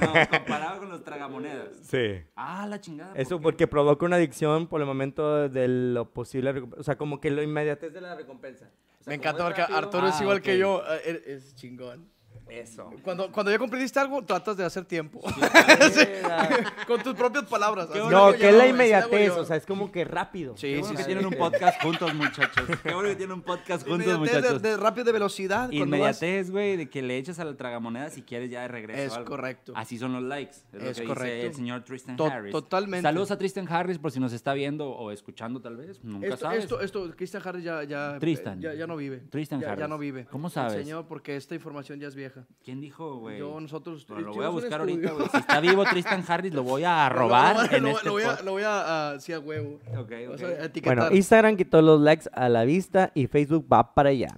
[SPEAKER 3] no, comparado con los tragamonedas.
[SPEAKER 1] Sí.
[SPEAKER 3] Ah, la chingada.
[SPEAKER 1] Eso porque provoca una adicción por el momento de lo posible. recomp- O sea, como que lo inmediatez de la recompensa. O sea,
[SPEAKER 2] Me
[SPEAKER 1] como
[SPEAKER 2] encanta
[SPEAKER 1] es
[SPEAKER 2] porque
[SPEAKER 1] rápido-
[SPEAKER 2] Arturo es
[SPEAKER 3] Ah,
[SPEAKER 2] igual
[SPEAKER 3] ok.
[SPEAKER 2] que yo. eh, eh, Es chingón.
[SPEAKER 1] Eso.
[SPEAKER 2] Cuando, cuando ya cumpliste algo, tratas de hacer tiempo. Con tus propias palabras. así
[SPEAKER 1] No,
[SPEAKER 2] hago
[SPEAKER 1] que
[SPEAKER 2] yo,
[SPEAKER 1] es la
[SPEAKER 2] así hago
[SPEAKER 1] inmediatez.
[SPEAKER 2] yo.
[SPEAKER 1] O sea, es como que rápido.
[SPEAKER 2] Sí,
[SPEAKER 3] Qué
[SPEAKER 2] sí,
[SPEAKER 3] bueno que
[SPEAKER 2] sí.
[SPEAKER 3] tienen un podcast juntos, muchachos. Qué bueno que tienen un podcast juntos,
[SPEAKER 2] Inmediatez de-
[SPEAKER 3] muchachos.
[SPEAKER 2] de, rápido de velocidad. cuando vas-
[SPEAKER 3] Inmediatez, güey, de que le echas a la tragamoneda si quieres ya de regreso.
[SPEAKER 2] Es
[SPEAKER 3] o algo.
[SPEAKER 2] correcto.
[SPEAKER 3] Así son los likes. Es, lo
[SPEAKER 2] Es
[SPEAKER 3] que dice
[SPEAKER 2] correcto.
[SPEAKER 3] el señor Tristan
[SPEAKER 2] To-
[SPEAKER 3] Harris.
[SPEAKER 2] totalmente.
[SPEAKER 3] Saludos a Tristan Harris por si nos está viendo o escuchando, tal vez. Nunca
[SPEAKER 2] Esto,
[SPEAKER 3] sabes.
[SPEAKER 2] esto, esto, Christian Harris ya, ya,
[SPEAKER 3] Tristan.
[SPEAKER 2] ya, ya no vive.
[SPEAKER 3] Tristan
[SPEAKER 2] ya, ya
[SPEAKER 3] Harris.
[SPEAKER 2] no vive.
[SPEAKER 3] ¿Cómo
[SPEAKER 2] El
[SPEAKER 3] sabes?
[SPEAKER 2] señor, porque esta información ya es vieja.
[SPEAKER 3] ¿Quién dijo, güey?
[SPEAKER 2] Yo, nosotros.
[SPEAKER 3] Bueno, lo voy a
[SPEAKER 2] hicimos un
[SPEAKER 3] buscar
[SPEAKER 2] estudio.
[SPEAKER 3] ahorita, güey. Si está vivo Tristan Harris, lo voy a
[SPEAKER 2] Lo- lo-
[SPEAKER 3] robar
[SPEAKER 2] lo-
[SPEAKER 3] en
[SPEAKER 2] lo,
[SPEAKER 3] este
[SPEAKER 2] lo voy a,
[SPEAKER 3] podcast.
[SPEAKER 2] lo voy a, ah, sí, a huevo.
[SPEAKER 3] Ok, ok.
[SPEAKER 2] Vas a etiquetar.
[SPEAKER 1] Bueno, Instagram quitó los likes a la vista y Facebook va para allá.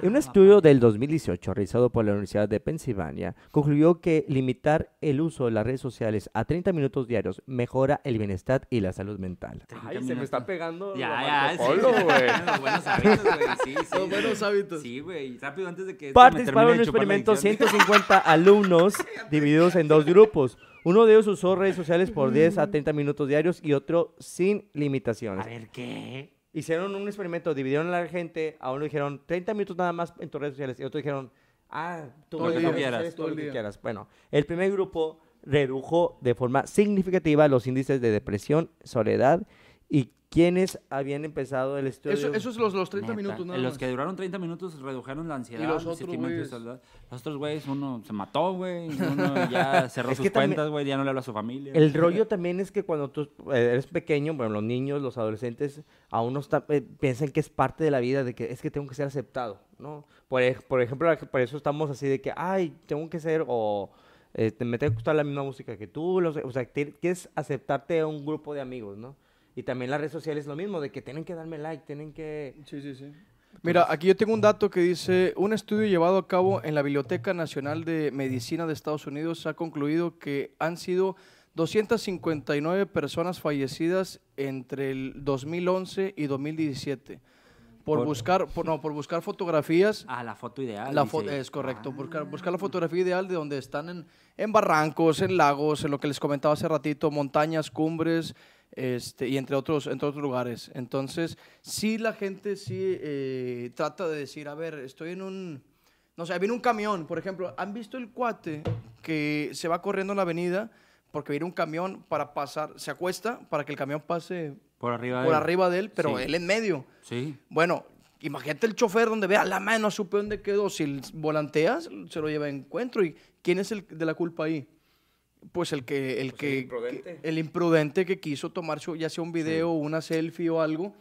[SPEAKER 1] Un estudio del 2018 realizado por la Universidad de Pensilvania concluyó que limitar el uso de las redes sociales a 30 minutos diarios mejora el bienestar y la salud mental.
[SPEAKER 3] 30 minutos.
[SPEAKER 1] pegando
[SPEAKER 3] Ya, ya, sí. Los buenos hábitos, güey. Sí, sí.
[SPEAKER 2] Los buenos hábitos.
[SPEAKER 3] Sí, güey. Rápido antes de que. esto me termine
[SPEAKER 1] Participaron en
[SPEAKER 3] de
[SPEAKER 1] un
[SPEAKER 3] chupar la
[SPEAKER 1] experimento
[SPEAKER 3] adicción.
[SPEAKER 1] 150 alumnos divididos en dos grupos. Uno de ellos usó redes sociales por
[SPEAKER 3] Mm.
[SPEAKER 1] 10 a 30 minutos diarios y otro sin limitaciones.
[SPEAKER 3] A ver, ¿qué?
[SPEAKER 1] Hicieron un experimento, dividieron a la gente, a uno dijeron 30 minutos nada más en tus redes sociales y otro dijeron, ah, tú
[SPEAKER 2] Todo
[SPEAKER 1] en
[SPEAKER 2] el
[SPEAKER 1] las redes
[SPEAKER 2] día.
[SPEAKER 1] sociales,
[SPEAKER 2] Todo
[SPEAKER 1] todo lo
[SPEAKER 2] el
[SPEAKER 1] que
[SPEAKER 2] día.
[SPEAKER 1] quieras. Bueno, el primer grupo redujo de forma significativa los índices de depresión, soledad y quienes habían empezado el estudio.
[SPEAKER 2] eso, eso es los, los 30
[SPEAKER 3] Neta,
[SPEAKER 2] minutos, nada
[SPEAKER 3] Los
[SPEAKER 2] más.
[SPEAKER 3] que duraron 30 minutos redujeron la ansiedad.
[SPEAKER 2] Y los
[SPEAKER 3] el
[SPEAKER 2] otros
[SPEAKER 3] sentimiento de
[SPEAKER 2] güeyes.
[SPEAKER 3] soledad. Los otros güeyes, uno se mató, güey. Uno ya cerró
[SPEAKER 1] Es
[SPEAKER 3] sus
[SPEAKER 1] que también-
[SPEAKER 3] cuentas, güey. Ya no le habla a su familia.
[SPEAKER 1] El rollo también es que cuando tú eh, eres pequeño, bueno, los niños, los adolescentes, aún no está- eh, piensan que es parte de la vida, de que es que tengo que ser aceptado, ¿no? Por, ej- por ejemplo, la- por eso estamos así de que, ay, tengo que ser, o este, me tengo que gustar la misma música que tú, los- o sea, te- quieres aceptarte a un grupo de amigos, ¿no? Y también las redes sociales lo mismo, de que tienen que darme like, tienen que...
[SPEAKER 2] Sí, sí, sí. Mira, aquí yo tengo un dato que dice, un estudio llevado a cabo en la Biblioteca Nacional de Medicina de Estados Unidos ha concluido que han sido 259 personas fallecidas entre el 2011 y 2017 por,
[SPEAKER 1] Por-
[SPEAKER 2] buscar, por, no, por buscar fotografías.
[SPEAKER 3] Ah, la foto ideal.
[SPEAKER 2] La
[SPEAKER 3] dice. "Ah".
[SPEAKER 2] fo- es correcto, buscar, buscar la fotografía ideal de donde están en, en barrancos, en lagos, en lo que les comentaba hace ratito, montañas, cumbres, este, y entre otros, entre otros lugares. Entonces, sí la gente sí eh, trata de decir, a ver, estoy en un, no sé, viene un camión, por ejemplo, ¿han visto el cuate que se va corriendo en la avenida porque viene un camión para pasar, se acuesta para que el camión pase
[SPEAKER 3] Por arriba. de
[SPEAKER 2] por
[SPEAKER 3] él.
[SPEAKER 2] arriba de él, pero
[SPEAKER 3] Sí.
[SPEAKER 2] él en medio?
[SPEAKER 3] Sí.
[SPEAKER 2] Bueno, imagínate el chofer donde vea la mano, supe dónde quedó. Si el- volanteas, se lo lleva a encuentro. ¿Y quién es el de la culpa ahí? Pues el que. El, que, imprudente. el imprudente que quiso tomar su- ya sea un video, o una selfie o algo.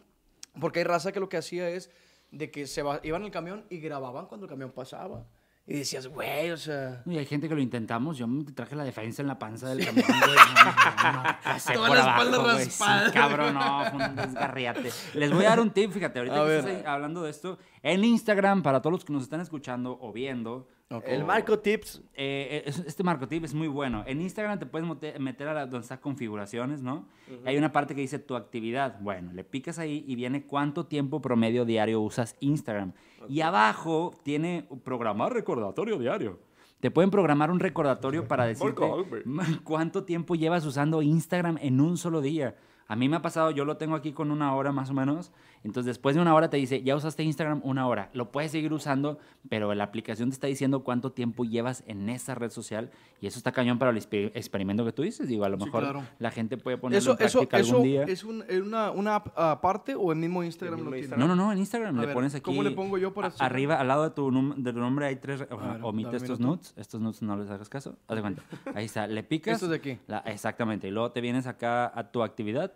[SPEAKER 2] Porque hay raza que lo que hacía es de que se va- iban al camión y grababan cuando el camión pasaba. Y Y decías, güey, o sea.
[SPEAKER 3] Y hay gente que lo intentamos. Yo me traje la defensa en la panza del camión, güey. No, no, no, pasé
[SPEAKER 2] Toda
[SPEAKER 3] por
[SPEAKER 2] la espalda
[SPEAKER 3] abajo, güey. Sí,
[SPEAKER 2] raspada.
[SPEAKER 3] cabrón, no, fue un desgarriate. Les voy a dar un tip, fíjate, ahorita
[SPEAKER 2] A
[SPEAKER 3] que
[SPEAKER 2] ver.
[SPEAKER 3] estás ahí hablando de esto. En Instagram, para todos los que nos están escuchando o viendo,
[SPEAKER 2] Ok.
[SPEAKER 1] El Marco Tips.
[SPEAKER 3] eh, es- este marco tip es muy bueno. En Instagram te puedes mote- meter a la, donde está configuraciones, ¿no? Hay una parte que dice tu actividad. Bueno, le picas ahí y viene cuánto tiempo promedio diario usas Instagram. Y abajo tiene programar recordatorio diario. Te pueden programar un recordatorio para decirte cuánto tiempo llevas usando Instagram en un solo día. A mí me ha pasado, yo lo tengo aquí con una hora más o menos. Entonces, después de una hora te dice, ya usaste Instagram una hora. Lo puedes seguir usando, pero la aplicación te está diciendo cuánto tiempo llevas en esa red social. Y eso está cañón para el exper- experimento que tú dices. Digo, a lo
[SPEAKER 2] Sí,
[SPEAKER 3] mejor
[SPEAKER 2] claro.
[SPEAKER 3] la gente puede ponerlo
[SPEAKER 2] Eso,
[SPEAKER 3] en
[SPEAKER 2] eso,
[SPEAKER 3] práctica
[SPEAKER 2] eso
[SPEAKER 3] algún día.
[SPEAKER 2] es un- es una, una app aparte o el mismo Instagram
[SPEAKER 1] mismo
[SPEAKER 2] lo tiene.
[SPEAKER 1] Instagram.
[SPEAKER 3] No, no, no, en Instagram
[SPEAKER 2] A
[SPEAKER 3] le
[SPEAKER 2] ver,
[SPEAKER 3] pones aquí.
[SPEAKER 2] ¿cómo le pongo yo para
[SPEAKER 3] a-
[SPEAKER 2] hacer-
[SPEAKER 3] Arriba, al lado de tu, num- de tu nombre hay tres. o-
[SPEAKER 2] A ver,
[SPEAKER 3] omite
[SPEAKER 2] dame un
[SPEAKER 3] estos
[SPEAKER 2] minuto.
[SPEAKER 3] nudes. Estos nudes no les hagas caso. Haz de cuenta. Ahí está. Le picas.
[SPEAKER 2] Estos de aquí.
[SPEAKER 3] la- exactamente. Y luego te vienes acá a tu actividad.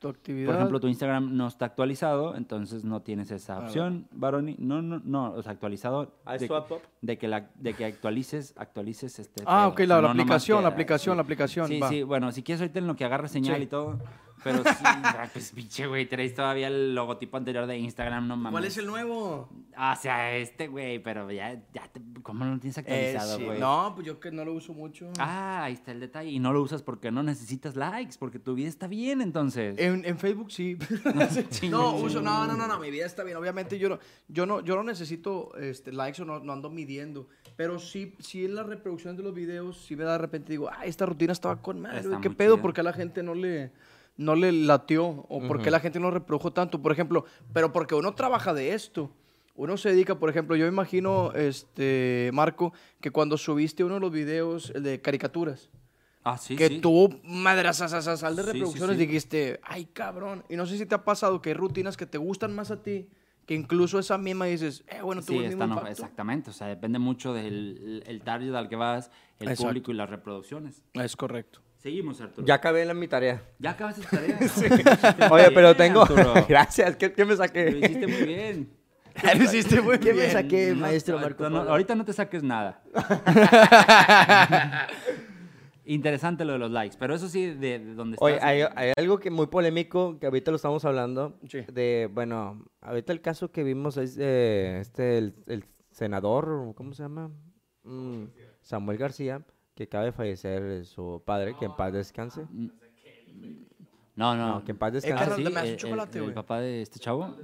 [SPEAKER 2] Tu actividad.
[SPEAKER 3] Por ejemplo, tu Instagram no está actualizado, entonces no tienes esa
[SPEAKER 2] ver.
[SPEAKER 3] opción, Baroni. No, no, no, o sea, actualizado.
[SPEAKER 1] Ah, ¿es
[SPEAKER 3] de,
[SPEAKER 1] tu app?
[SPEAKER 3] de que la, de que actualices, actualices este.
[SPEAKER 2] Ah,
[SPEAKER 3] pedo.
[SPEAKER 2] ok,
[SPEAKER 3] O sea,
[SPEAKER 2] la, la
[SPEAKER 3] no nomás
[SPEAKER 2] aplicación, la
[SPEAKER 3] que-
[SPEAKER 2] aplicación, la aplicación.
[SPEAKER 3] Sí,
[SPEAKER 2] va.
[SPEAKER 3] sí, bueno, si quieres ahorita en lo que agarra señal
[SPEAKER 2] Sí.
[SPEAKER 3] y todo. Pero sí, ah, pues pinche, güey, traes todavía el logotipo anterior de Instagram, no mames.
[SPEAKER 2] nuevo?
[SPEAKER 3] O sea, este, güey, pero ya, ya te- ¿cómo no lo tienes
[SPEAKER 1] Eh,
[SPEAKER 3] actualizado, güey?
[SPEAKER 2] No, pues yo que no lo uso mucho.
[SPEAKER 3] Ah, ahí está el detalle. Y no lo usas porque no necesitas likes, porque tu vida está bien, entonces.
[SPEAKER 1] Eh,
[SPEAKER 2] En, en Facebook sí. no, uso, no, no, no, no, mi vida está bien. Obviamente yo no, yo no, yo no necesito este, likes o no, no ando midiendo. Pero sí, sí en la reproducción de los videos, sí me da de repente digo, ah, esta rutina estaba con madre,
[SPEAKER 3] Está
[SPEAKER 2] güey, ¿qué
[SPEAKER 3] muy
[SPEAKER 2] pedo?
[SPEAKER 3] chida.
[SPEAKER 2] ¿Por qué a la gente no le, no le latió? ¿O por qué la gente no reprodujo tanto? Por ejemplo, pero porque uno trabaja de esto. Uno se dedica, por ejemplo, yo imagino, este, Marco, que cuando subiste uno de los videos el de caricaturas,
[SPEAKER 3] Ah, sí,
[SPEAKER 2] que
[SPEAKER 3] sí.
[SPEAKER 2] tuvo madrazazazazal de
[SPEAKER 3] Sí, sí,
[SPEAKER 2] reproducciones,
[SPEAKER 3] sí.
[SPEAKER 2] dijiste, ay cabrón. Y no sé si te ha pasado que hay rutinas que te gustan más a ti, que incluso esa misma dices, eh, bueno, tuvo
[SPEAKER 3] Sí,
[SPEAKER 2] el mismo
[SPEAKER 3] esta no-
[SPEAKER 2] impacto.
[SPEAKER 3] exactamente. O sea, depende mucho del el target al que vas, el
[SPEAKER 2] Exacto.
[SPEAKER 3] público y las reproducciones.
[SPEAKER 2] Es correcto.
[SPEAKER 3] Seguimos, Arturo.
[SPEAKER 1] Ya acabé la, mi tarea.
[SPEAKER 3] ¿Ya acabaste tu tarea.
[SPEAKER 1] Oye, pero
[SPEAKER 3] Bien,
[SPEAKER 1] tengo.
[SPEAKER 3] Arturo.
[SPEAKER 1] Gracias, ¿qué, qué me
[SPEAKER 3] Lo
[SPEAKER 1] saqué?
[SPEAKER 3] hiciste muy bien.
[SPEAKER 2] Lo hiciste muy
[SPEAKER 1] ¿Qué me
[SPEAKER 2] bien.
[SPEAKER 1] saqué,
[SPEAKER 3] No,
[SPEAKER 1] maestro
[SPEAKER 3] no,
[SPEAKER 1] Marco?
[SPEAKER 3] no,
[SPEAKER 1] Polo?
[SPEAKER 3] ahorita no te saques nada. Interesante lo de los likes, pero eso sí, de, de donde
[SPEAKER 1] Oye,
[SPEAKER 3] estás.
[SPEAKER 1] hay, hay algo que muy polémico que ahorita lo estamos hablando.
[SPEAKER 2] Sí.
[SPEAKER 1] De, bueno, ahorita el caso que vimos es de este, el, el senador, ¿cómo se llama? Mm, Samuel García, que acaba de fallecer eh, su padre, que en paz descanse.
[SPEAKER 3] No, no,
[SPEAKER 1] No, que en paz
[SPEAKER 2] Eh,
[SPEAKER 1] descanse.
[SPEAKER 2] Carlos,
[SPEAKER 3] sí,
[SPEAKER 2] dame hace
[SPEAKER 3] el-
[SPEAKER 2] un chocolate,
[SPEAKER 3] el- el
[SPEAKER 2] güey.
[SPEAKER 3] papá de este chavo.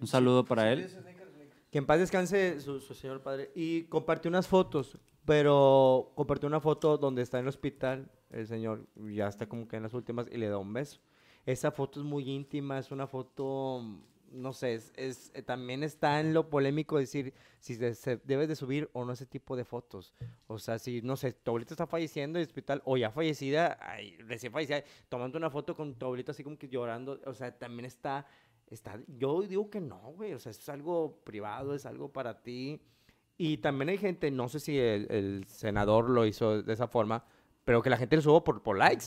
[SPEAKER 3] Un saludo para él.
[SPEAKER 1] Que en paz descanse su, su señor padre. Y compartió unas fotos, pero compartió una foto donde está en el hospital el señor, ya está como que en las últimas, y le da un beso. Esa foto es muy íntima, es una foto, no sé, es, es- eh, también está en lo polémico decir si se, se debes de subir o no ese tipo de fotos. O sea, si, no sé, tu abuelita está falleciendo en el hospital o ya fallecida, ay, recién fallecida, tomando una foto con tu abuelita así como que llorando, o sea, también está... Está, yo digo que no, güey. O sea, es algo privado, es algo para ti. Y también hay gente, no sé si el, el senador lo hizo de esa forma, pero que la gente lo subo por, por likes.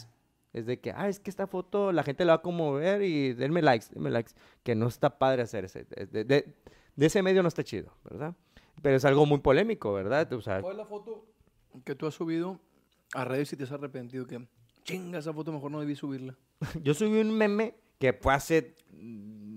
[SPEAKER 1] Es de que, ah, es que esta foto la gente la va a conmover y denme likes, denme likes. Que no está padre hacer ese. De, de- de- de ese medio no está chido, ¿verdad? Pero es algo muy polémico, ¿verdad? O sea,
[SPEAKER 2] ¿Cuál es la foto que tú has subido a redes y te has arrepentido? Que chinga, esa foto mejor no debí subirla.
[SPEAKER 1] yo subí un meme que fue hace mm,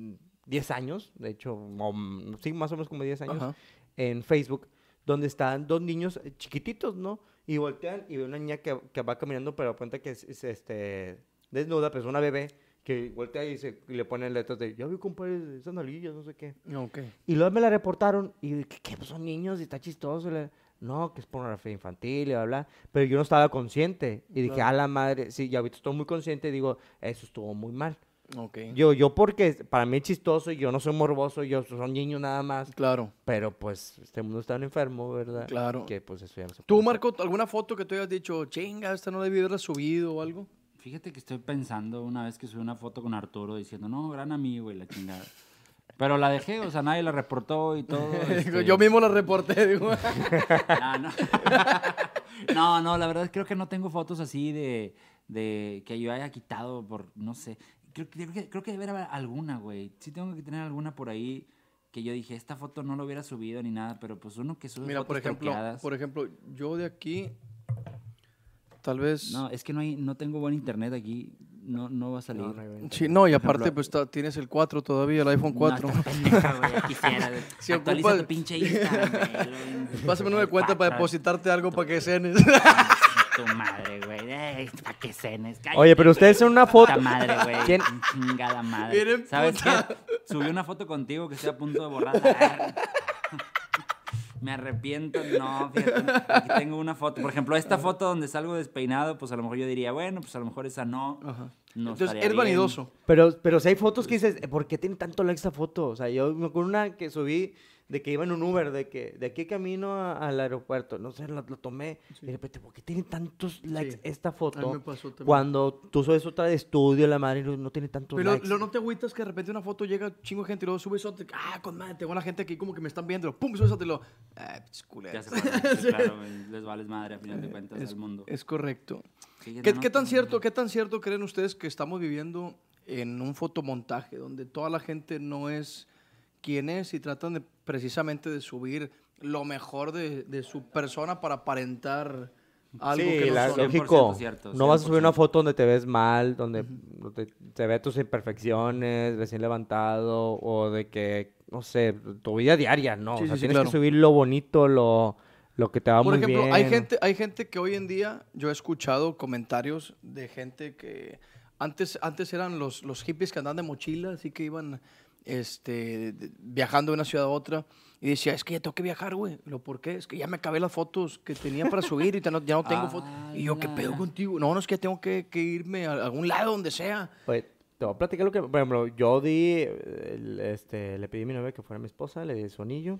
[SPEAKER 1] 10 años, de hecho, o, mm, sí, más o menos como 10 años.
[SPEAKER 2] Ajá.
[SPEAKER 1] en Facebook, donde están dos niños eh, chiquititos, ¿no? Y voltean y ve una niña que, que va caminando, pero cuenta que es, es, este, desnuda, pues una bebé, que voltea y, se, y le ponen letras de, ya vi, compadre, esas nalguillas, no sé qué.
[SPEAKER 2] Ok.
[SPEAKER 1] Y luego me la reportaron y, ¿qué? qué? Pues son niños y está chistoso. y la- No, que es pornografía infantil y bla, bla. Pero yo no estaba consciente. Y dije,
[SPEAKER 2] Claro.
[SPEAKER 1] a la madre, sí, ya ahorita estoy muy consciente y digo, eso estuvo muy mal.
[SPEAKER 2] Ok.
[SPEAKER 1] Yo, yo porque para mí es chistoso, yo no soy morboso, yo son niños nada más.
[SPEAKER 2] Claro.
[SPEAKER 1] Pero pues este mundo está tan enfermo, ¿verdad?
[SPEAKER 2] Claro.
[SPEAKER 1] Que pues eso ya no se
[SPEAKER 2] ¿Tú,
[SPEAKER 1] puede
[SPEAKER 2] Marco, alguna foto que tú hayas dicho, chinga, esta no debí haberla subido o algo?
[SPEAKER 3] Fíjate que estoy pensando una vez que subí una foto con Arturo diciendo, no, gran amigo y la chingada. Pero la dejé, o sea, nadie la reportó y todo. este, Ah,
[SPEAKER 2] Yo mismo la reporté, digo.
[SPEAKER 3] No, no. no, no, la verdad creo que no tengo fotos así de, de que yo haya quitado por, no sé. Creo, que- creo que, creo que debe haber alguna, güey. Sí tengo que tener alguna por ahí que yo dije, esta foto no la hubiera subido ni nada, pero pues uno que sube
[SPEAKER 2] Mira,
[SPEAKER 3] fotos
[SPEAKER 2] por ejemplo,
[SPEAKER 3] truqueadas.
[SPEAKER 2] por ejemplo, yo de aquí, tal vez...
[SPEAKER 3] No, es que no, hay, no tengo buen internet aquí, no, no va a salir.
[SPEAKER 1] No, no hay buen
[SPEAKER 2] Sí, no, y
[SPEAKER 3] Por
[SPEAKER 2] aparte
[SPEAKER 3] ejemplo,
[SPEAKER 2] pues está- tienes el 4 todavía, el iPhone 4.
[SPEAKER 3] No, estás pendeja, güey, ya quisiera. güey.
[SPEAKER 2] Si
[SPEAKER 3] Actualiza
[SPEAKER 2] ocupas-
[SPEAKER 3] tu pinche Instagram, güey.
[SPEAKER 2] Pásame una
[SPEAKER 3] El
[SPEAKER 2] de cuenta para
[SPEAKER 3] patas,
[SPEAKER 2] depositarte algo para que cenes.
[SPEAKER 3] Tu madre, güey. Ey, ¿Para qué cenes?
[SPEAKER 1] Oye, pero ustedes en una foto.
[SPEAKER 3] Puta madre, güey.
[SPEAKER 1] ¿Quién-
[SPEAKER 3] Chingada madre.
[SPEAKER 2] Miren,
[SPEAKER 3] ¿Sabes
[SPEAKER 2] puta.
[SPEAKER 3] qué? Subí una foto contigo que estoy a punto de borrar. Me arrepiento, no, fíjate, aquí tengo una foto. Por ejemplo, esta foto donde salgo despeinado, pues a lo mejor yo diría, bueno, pues a lo mejor esa no. no
[SPEAKER 2] Entonces,
[SPEAKER 3] estaría
[SPEAKER 2] eres
[SPEAKER 3] bien.
[SPEAKER 2] vanidoso.
[SPEAKER 1] Pero, pero si hay fotos que
[SPEAKER 2] Pues
[SPEAKER 1] dices, ¿por qué tiene tanto like esta foto? O sea, yo me acuerdo una que subí de que iba en un Uber, de que de aquí camino a- al aeropuerto, no sé, lo, lo tomé y de repente, ¿por qué tiene tantos likes
[SPEAKER 2] Sí.
[SPEAKER 1] esta foto?
[SPEAKER 2] A mí me pasó también.
[SPEAKER 1] Cuando tú subes otra de estudio, la madre no no tiene tantos
[SPEAKER 2] Pero
[SPEAKER 1] likes.
[SPEAKER 2] lo, no te agüitas que de repente una foto llega chingo de gente y luego subes otra. Ah, con madre, tengo la gente aquí como que me están viendo. Pum, subes otra y luego. Ah, pinches
[SPEAKER 3] Ya
[SPEAKER 2] culeros.
[SPEAKER 3] se fueron, sí, claro, güey, les vales madre a final de cuentas al mundo.
[SPEAKER 2] Es correcto.
[SPEAKER 3] Sí,
[SPEAKER 2] ¿Qué,
[SPEAKER 3] no,
[SPEAKER 2] qué tan
[SPEAKER 3] no,
[SPEAKER 2] cierto, qué tan cierto creen ustedes que estamos viviendo en un fotomontaje donde toda la gente no es quien es y tratan de, precisamente de subir lo mejor de, de su persona para aparentar algo
[SPEAKER 1] sí,
[SPEAKER 2] que no
[SPEAKER 1] la-
[SPEAKER 2] son?
[SPEAKER 3] 100%
[SPEAKER 1] lógico.
[SPEAKER 3] cierto,
[SPEAKER 1] no vas a subir una
[SPEAKER 3] 100%.
[SPEAKER 1] foto donde te ves mal, donde te, te ve tus imperfecciones, recién levantado, o de que, no sé, tu vida diaria, no.
[SPEAKER 2] Sí,
[SPEAKER 1] o sea,
[SPEAKER 2] sí, sí,
[SPEAKER 1] tienes
[SPEAKER 2] claro.
[SPEAKER 1] que subir lo bonito, lo, lo que te va
[SPEAKER 2] Por
[SPEAKER 1] Ah, muy
[SPEAKER 2] ejemplo,
[SPEAKER 1] bien.
[SPEAKER 2] hay gente, hay gente que hoy en día yo he escuchado comentarios de gente que antes, antes eran los, los hippies que andaban de mochila, así que iban este, de- viajando de una ciudad a otra. Y decía, es que ya tengo que viajar, güey. Lo por qué, es que ya me acabé las fotos que tenía para subir y ya no, ya no tengo fotos. Y yo, ¿qué pedo
[SPEAKER 1] Ah.
[SPEAKER 3] Ala.
[SPEAKER 2] contigo? No, no, es que ya tengo que, que irme a algún lado, donde sea.
[SPEAKER 1] Oye, Pues, te voy a platicar lo que. Por ejemplo, yo di. eh, el- este, le pedí a mi novia que fuera mi esposa, le di su anillo.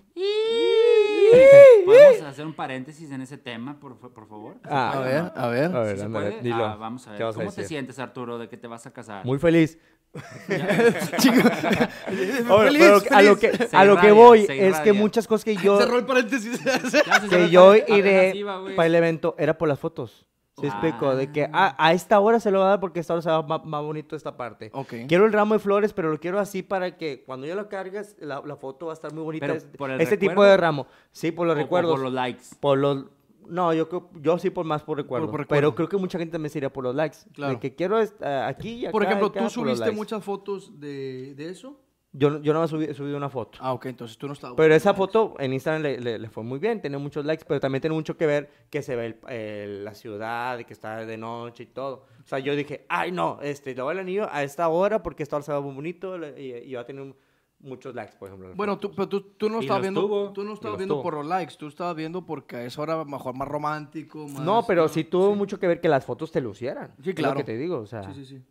[SPEAKER 3] ¿Podemos hacer un paréntesis en ese tema, por, fa- por favor?
[SPEAKER 1] Ah,
[SPEAKER 2] A ver, a ver.
[SPEAKER 1] A ver,
[SPEAKER 3] ¿Sí se
[SPEAKER 1] ándale,
[SPEAKER 3] puede?
[SPEAKER 1] dilo.
[SPEAKER 3] Ah, vamos a ver.
[SPEAKER 1] ¿Qué vas a
[SPEAKER 3] ¿Cómo te
[SPEAKER 1] decir?
[SPEAKER 3] sientes, Arturo, de que te vas a casar?
[SPEAKER 1] Muy feliz.
[SPEAKER 2] Chico,
[SPEAKER 1] Ahora,
[SPEAKER 2] feliz,
[SPEAKER 1] pero a lo que,
[SPEAKER 2] feliz.
[SPEAKER 1] a lo que
[SPEAKER 3] irradia,
[SPEAKER 1] voy es
[SPEAKER 3] se
[SPEAKER 1] que
[SPEAKER 3] irradia.
[SPEAKER 1] muchas cosas que yo.
[SPEAKER 2] Cerró el paréntesis.
[SPEAKER 3] Ya se cerró
[SPEAKER 1] que
[SPEAKER 3] el
[SPEAKER 1] yo
[SPEAKER 3] paréntesis. Apenas
[SPEAKER 1] iré
[SPEAKER 3] iba, güey.
[SPEAKER 1] para el evento era por las fotos. ¿Sí
[SPEAKER 3] Ah.
[SPEAKER 1] explico? De que ah, a esta hora se lo va a dar porque a esta hora se va ma- más, bonito esta parte.
[SPEAKER 2] Ok.
[SPEAKER 1] Quiero el ramo de flores, pero lo quiero así para que cuando yo lo cargues, la, la foto va a estar muy bonita.
[SPEAKER 3] Pero
[SPEAKER 1] este
[SPEAKER 3] por el
[SPEAKER 1] este tipo
[SPEAKER 3] recuerdo.
[SPEAKER 1] de ramo. Sí, por los
[SPEAKER 3] O- o
[SPEAKER 1] recuerdos.
[SPEAKER 3] Por los likes.
[SPEAKER 1] Por los... No, yo creo- yo sí por más por recuerdo.
[SPEAKER 2] por recuerdo.
[SPEAKER 1] pero creo que mucha gente me sería por los likes.
[SPEAKER 2] Claro.
[SPEAKER 1] De que quiero est- ah, aquí y acá.
[SPEAKER 2] Por ejemplo,
[SPEAKER 1] y acá
[SPEAKER 2] ¿tú
[SPEAKER 1] por los
[SPEAKER 2] subiste
[SPEAKER 1] likes.
[SPEAKER 2] muchas fotos de, de eso?
[SPEAKER 1] Yo, no- yo no subí, he subido una foto.
[SPEAKER 2] Ah, ok, entonces tú no estabas.
[SPEAKER 1] Pero esa foto en Instagram le, le- le fue muy bien, tiene muchos likes, pero también tiene mucho que ver que se ve el- el- la ciudad, y que está de noche y todo. O sea, yo dije, ay no, este, le voy el anillo a esta hora porque esta hora se va muy bonito le- y, y va a tener muchos likes, por ejemplo. en la
[SPEAKER 2] Bueno,
[SPEAKER 1] foto.
[SPEAKER 2] tú, pues, pero tú, tú no
[SPEAKER 3] Y
[SPEAKER 2] lo estabas
[SPEAKER 3] los
[SPEAKER 2] viendo,
[SPEAKER 3] tuvo.
[SPEAKER 2] tú no
[SPEAKER 1] Y
[SPEAKER 2] estabas
[SPEAKER 1] los
[SPEAKER 2] viendo
[SPEAKER 1] tuvo.
[SPEAKER 2] por los likes, tú estabas viendo porque a esa hora mejor más romántico, más... este,
[SPEAKER 1] No, pero sí tuvo mucho que ver que las fotos te lucieran.
[SPEAKER 2] Sí,
[SPEAKER 1] es lo
[SPEAKER 2] claro.
[SPEAKER 1] que te digo, o sea.
[SPEAKER 2] Sí, sí, sí.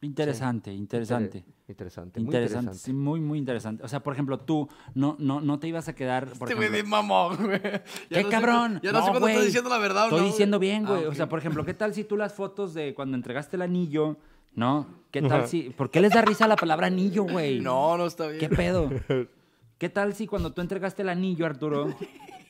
[SPEAKER 3] Interesante, interesante.
[SPEAKER 1] Inter- Interesante. muy
[SPEAKER 3] Interesante, sí, muy, muy interesante. O sea, por ejemplo, tú no, no, no te ibas a quedar. Por
[SPEAKER 2] Este güey
[SPEAKER 3] ejemplo-
[SPEAKER 2] bien mamón, güey. Ya
[SPEAKER 3] ¡Qué
[SPEAKER 2] no sé
[SPEAKER 3] cabrón!
[SPEAKER 2] cu- ya no, sé cuándo
[SPEAKER 3] güey.
[SPEAKER 2] estoy diciendo la verdad o
[SPEAKER 3] Estoy
[SPEAKER 2] no,
[SPEAKER 3] diciendo bien, güey.
[SPEAKER 2] Ah,
[SPEAKER 3] O sea,
[SPEAKER 2] ok.
[SPEAKER 3] por ejemplo, ¿qué tal si tú las fotos de cuando entregaste el anillo, no? ¿Qué tal si...? ¿Por qué les da risa la palabra anillo, güey?
[SPEAKER 2] No, no está bien.
[SPEAKER 3] ¿Qué pedo? ¿Qué tal si cuando tú entregaste el anillo, Arturo...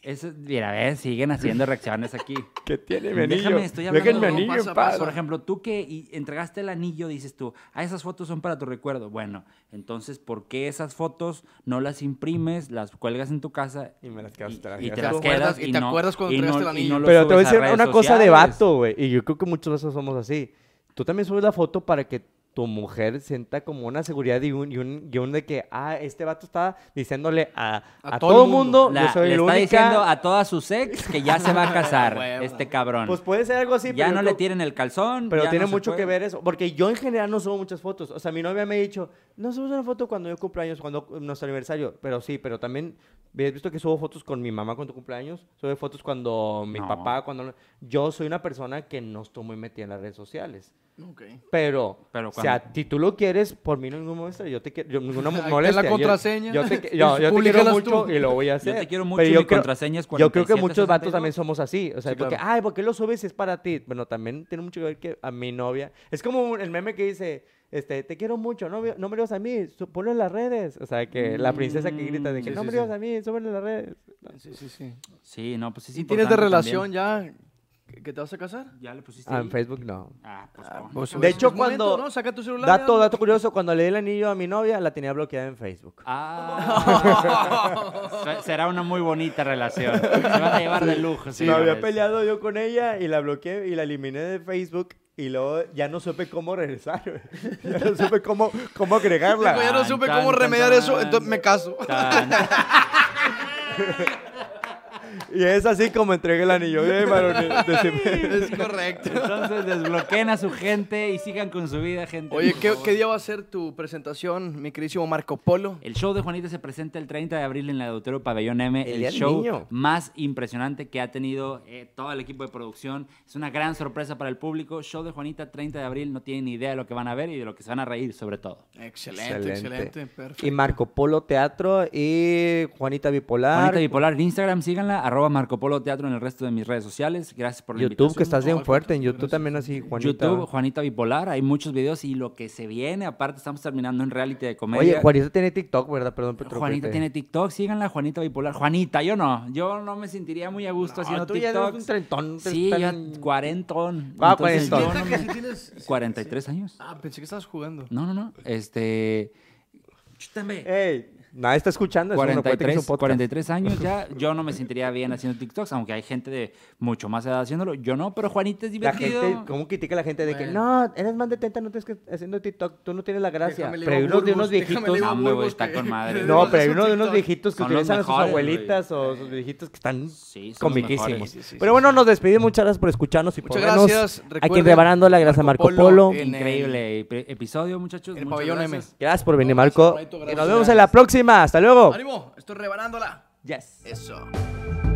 [SPEAKER 3] Ese, mira, a ver, siguen haciendo reacciones aquí.
[SPEAKER 1] Que tiene mi anillo.
[SPEAKER 3] Déjame, estoy hablando
[SPEAKER 1] Déjenme
[SPEAKER 3] de un
[SPEAKER 1] anillo en
[SPEAKER 2] paso a
[SPEAKER 1] paz.
[SPEAKER 2] paso.
[SPEAKER 3] Por ejemplo, tú que y- entregaste el anillo, dices tú, ah, esas fotos son para tu recuerdo. Bueno, entonces, ¿por qué esas fotos no las imprimes, las cuelgas en tu casa
[SPEAKER 1] Y me las quedas,
[SPEAKER 3] y,
[SPEAKER 1] te las
[SPEAKER 3] y te
[SPEAKER 1] quedas.
[SPEAKER 3] las
[SPEAKER 2] Te acuerdas-
[SPEAKER 3] quedas?
[SPEAKER 2] y te acuerdas cuando
[SPEAKER 3] y no-
[SPEAKER 2] entregaste el
[SPEAKER 3] y no
[SPEAKER 2] anillo.
[SPEAKER 3] lo
[SPEAKER 1] Pero te voy a
[SPEAKER 3] subes
[SPEAKER 1] decir
[SPEAKER 3] redes
[SPEAKER 1] una cosa de
[SPEAKER 3] sociales?
[SPEAKER 1] vato, güey. Y yo creo que muchos veces somos así. Tú también subes la foto para que tu mujer sienta como una seguridad y un, y un, y un de que, ah, este vato está diciéndole a,
[SPEAKER 2] A
[SPEAKER 1] a
[SPEAKER 2] todo
[SPEAKER 1] todo,
[SPEAKER 2] el
[SPEAKER 1] el
[SPEAKER 2] mundo.
[SPEAKER 1] mundo,
[SPEAKER 3] La-
[SPEAKER 1] yo soy
[SPEAKER 3] le
[SPEAKER 1] el
[SPEAKER 3] está
[SPEAKER 1] única.
[SPEAKER 3] diciendo a todas sus ex que ya se va a casar
[SPEAKER 2] Ah, Huevo.
[SPEAKER 3] este cabrón.
[SPEAKER 1] Pues puede ser algo así,
[SPEAKER 3] ya
[SPEAKER 1] pero
[SPEAKER 3] no
[SPEAKER 1] yo
[SPEAKER 3] le
[SPEAKER 1] creo-
[SPEAKER 3] tiren el calzón.
[SPEAKER 1] Pero
[SPEAKER 3] ya
[SPEAKER 1] tiene
[SPEAKER 3] no se
[SPEAKER 1] mucho
[SPEAKER 3] puede.
[SPEAKER 1] que ver eso, porque yo en general no subo muchas fotos. O sea, mi novia me ha dicho, no subes una foto cuando yo cumpleaños, cuando nuestro aniversario. Pero sí, pero también, ¿has visto que subo fotos con mi mamá cuando cumpleaños? Sube fotos cuando mi
[SPEAKER 3] No.
[SPEAKER 1] papá, cuando... Yo soy una persona que no estoy muy metida en las redes sociales.
[SPEAKER 2] Ok.
[SPEAKER 1] Pero,
[SPEAKER 3] Pero
[SPEAKER 1] o sea, si tú lo quieres, por mí no hay ningún molestia. Yo te quiero, yo, ninguna mo-
[SPEAKER 2] Ahí está la
[SPEAKER 1] molestia. Yo-
[SPEAKER 2] contraseña.
[SPEAKER 1] Yo, te, qui- yo- yo te quiero
[SPEAKER 2] Publícalas
[SPEAKER 1] mucho
[SPEAKER 2] tú.
[SPEAKER 1] y lo voy a
[SPEAKER 3] Yo te
[SPEAKER 1] hacer.
[SPEAKER 3] quiero mucho
[SPEAKER 1] Pero
[SPEAKER 3] y
[SPEAKER 1] yo
[SPEAKER 3] mi
[SPEAKER 1] creo-
[SPEAKER 3] contraseña es
[SPEAKER 1] Yo creo que
[SPEAKER 3] 47,
[SPEAKER 1] muchos vatos
[SPEAKER 3] 62.
[SPEAKER 1] también somos así. O sea,
[SPEAKER 2] Sí,
[SPEAKER 1] porque,
[SPEAKER 2] claro.
[SPEAKER 1] ay, ¿por qué lo subes si es para ti? Bueno, también tiene mucho que ver que a mi novia. Es como un- el meme que dice. Este, te quiero mucho, no, me- no me digas a mí, su- ponlo en las redes. O sea, que la princesa que grita de que
[SPEAKER 2] Sí,
[SPEAKER 1] no
[SPEAKER 2] Mm, sí,
[SPEAKER 1] me
[SPEAKER 2] sí.
[SPEAKER 1] digas a mí, súbelo en las redes.
[SPEAKER 2] Sí, sí, sí.
[SPEAKER 3] Sí, no, pues es
[SPEAKER 2] Y tienes de
[SPEAKER 3] importante
[SPEAKER 2] relación
[SPEAKER 3] también.
[SPEAKER 2] ya ¿Que te vas a casar?
[SPEAKER 3] ¿Ya le pusiste
[SPEAKER 1] Ah,
[SPEAKER 3] ahí?
[SPEAKER 1] en Facebook no.
[SPEAKER 3] Ah, pues no.
[SPEAKER 1] De hecho,
[SPEAKER 2] Es momento,
[SPEAKER 1] cuando-
[SPEAKER 2] ¿no? Saca tu celular.
[SPEAKER 1] Dato, dato curioso, cuando le di el anillo a mi novia, la tenía bloqueada en Facebook.
[SPEAKER 3] Ah. Se- Será una muy bonita relación. Se van a llevar de lujo.
[SPEAKER 1] me había
[SPEAKER 3] señores.
[SPEAKER 1] peleado yo con ella y la bloqueé y la eliminé de Facebook y luego ya no supe cómo regresar. güey. Ya no supe cómo, cómo
[SPEAKER 2] Digo, ya
[SPEAKER 1] agregarla.
[SPEAKER 2] no
[SPEAKER 3] Tan,
[SPEAKER 2] supe
[SPEAKER 3] tan,
[SPEAKER 2] cómo
[SPEAKER 3] tan,
[SPEAKER 2] remediar
[SPEAKER 3] tan.
[SPEAKER 2] eso, entonces me caso.
[SPEAKER 3] Tan-
[SPEAKER 1] Y es así como entregué el anillo. Bien, varones, decime.
[SPEAKER 2] Es correcto.
[SPEAKER 3] Entonces desbloqueen a su gente y sigan con su vida, gente.
[SPEAKER 2] Oye,
[SPEAKER 3] por
[SPEAKER 2] ¿qué,
[SPEAKER 3] favor.
[SPEAKER 2] qué día va a ser tu presentación, mi queridísimo Marco Polo?
[SPEAKER 3] El show de Juanita se presenta el 30 de abril en la Deutero Pabellón M,
[SPEAKER 1] El
[SPEAKER 3] el,
[SPEAKER 1] Día del
[SPEAKER 3] show
[SPEAKER 1] Niño.
[SPEAKER 3] más impresionante que ha tenido eh, todo el equipo de producción. Es una gran sorpresa para el público. Show de Juanita 30 de abril, no tienen ni idea de lo que van a ver y de lo que se van a reír sobre todo.
[SPEAKER 2] Excelente, excelente, perfecto.
[SPEAKER 1] Y Marco Polo Teatro y Juanita Bipolar.
[SPEAKER 3] Juanita Bipolar en Instagram, síganla, arroba Marco Polo Teatro en el resto de mis redes sociales. Gracias por la
[SPEAKER 1] YouTube, que
[SPEAKER 3] invitación.
[SPEAKER 1] estás
[SPEAKER 2] No,
[SPEAKER 1] bien
[SPEAKER 2] al
[SPEAKER 1] fuerte.
[SPEAKER 2] contrario,
[SPEAKER 1] En YouTube también así, Juanita.
[SPEAKER 3] YouTube, Juanita Bipolar, hay muchos videos y lo que se viene, aparte estamos terminando en reality de comedia.
[SPEAKER 1] Oye, Juanita tiene TikTok, ¿verdad? Perdón, Petro.
[SPEAKER 3] Juanita tiene TikTok, síganla, Juanita Bipolar. Juanita, yo no, yo no me sentiría muy a gusto haciendo
[SPEAKER 1] Ah, tú ya eres
[SPEAKER 3] TikTok.
[SPEAKER 1] un trentón,
[SPEAKER 3] Sí, yo
[SPEAKER 1] tan-
[SPEAKER 3] cuarentón.
[SPEAKER 1] Ah,
[SPEAKER 3] Entonces,
[SPEAKER 1] cuarentón.
[SPEAKER 3] yo
[SPEAKER 2] Neta
[SPEAKER 3] no
[SPEAKER 2] que
[SPEAKER 3] me-
[SPEAKER 2] sí tienes-
[SPEAKER 3] 43 años.
[SPEAKER 2] Ah, pensé que estabas jugando.
[SPEAKER 3] No, no, no. Este. Chútame.
[SPEAKER 1] Ey, nadie está escuchando. eso, no puede que es un
[SPEAKER 3] 43,
[SPEAKER 1] podcast.
[SPEAKER 3] 43 años ya, yo no me sentiría bien haciendo TikToks, aunque hay gente de mucho más edad haciéndolo. Yo no, pero Juanita es
[SPEAKER 1] La
[SPEAKER 3] divertido.
[SPEAKER 1] gente, ¿cómo critica a la gente de que no, eres más de 30, no tienes que haciendo TikTok, tú no tienes la gracia?
[SPEAKER 2] Déjame le
[SPEAKER 1] Pero hay
[SPEAKER 2] digo
[SPEAKER 1] unos de
[SPEAKER 2] Burgos,
[SPEAKER 1] unos
[SPEAKER 2] déjame le
[SPEAKER 1] viejitos.
[SPEAKER 2] digo
[SPEAKER 3] No, hombre, güey,
[SPEAKER 2] Burgos
[SPEAKER 3] está
[SPEAKER 2] que-
[SPEAKER 3] con madre.
[SPEAKER 2] que le
[SPEAKER 1] No,
[SPEAKER 2] mandas
[SPEAKER 1] pero hay
[SPEAKER 2] un
[SPEAKER 1] uno de unos
[SPEAKER 2] TikTok.
[SPEAKER 1] viejitos que
[SPEAKER 3] Son los
[SPEAKER 1] utilizan a sus
[SPEAKER 3] mejores,
[SPEAKER 1] abuelitas o sus viejitos que están
[SPEAKER 3] Sí, son los
[SPEAKER 1] comiquísimos.
[SPEAKER 3] mejores. Sí, sí, sí,
[SPEAKER 1] pero bueno, nos despedimos. Muchas gracias por escucharnos y por
[SPEAKER 2] Muchas
[SPEAKER 1] vernos.
[SPEAKER 2] gracias,
[SPEAKER 1] Aquí en
[SPEAKER 2] recuerden,
[SPEAKER 1] Rebanando la gracias a Marco
[SPEAKER 2] Marco
[SPEAKER 1] Polo.
[SPEAKER 2] Polo en el-
[SPEAKER 3] Increíble ep- episodio, muchachos.
[SPEAKER 2] El
[SPEAKER 3] muchas
[SPEAKER 2] pabellón M.
[SPEAKER 3] gracias.
[SPEAKER 1] Gracias por venir,
[SPEAKER 2] Gracias,
[SPEAKER 1] Marco.
[SPEAKER 2] Marito,
[SPEAKER 1] y
[SPEAKER 2] gracias,
[SPEAKER 1] nos vemos en la próxima. Hasta luego.
[SPEAKER 2] Ánimo, estoy rebanándola.
[SPEAKER 3] Yes.
[SPEAKER 2] Eso.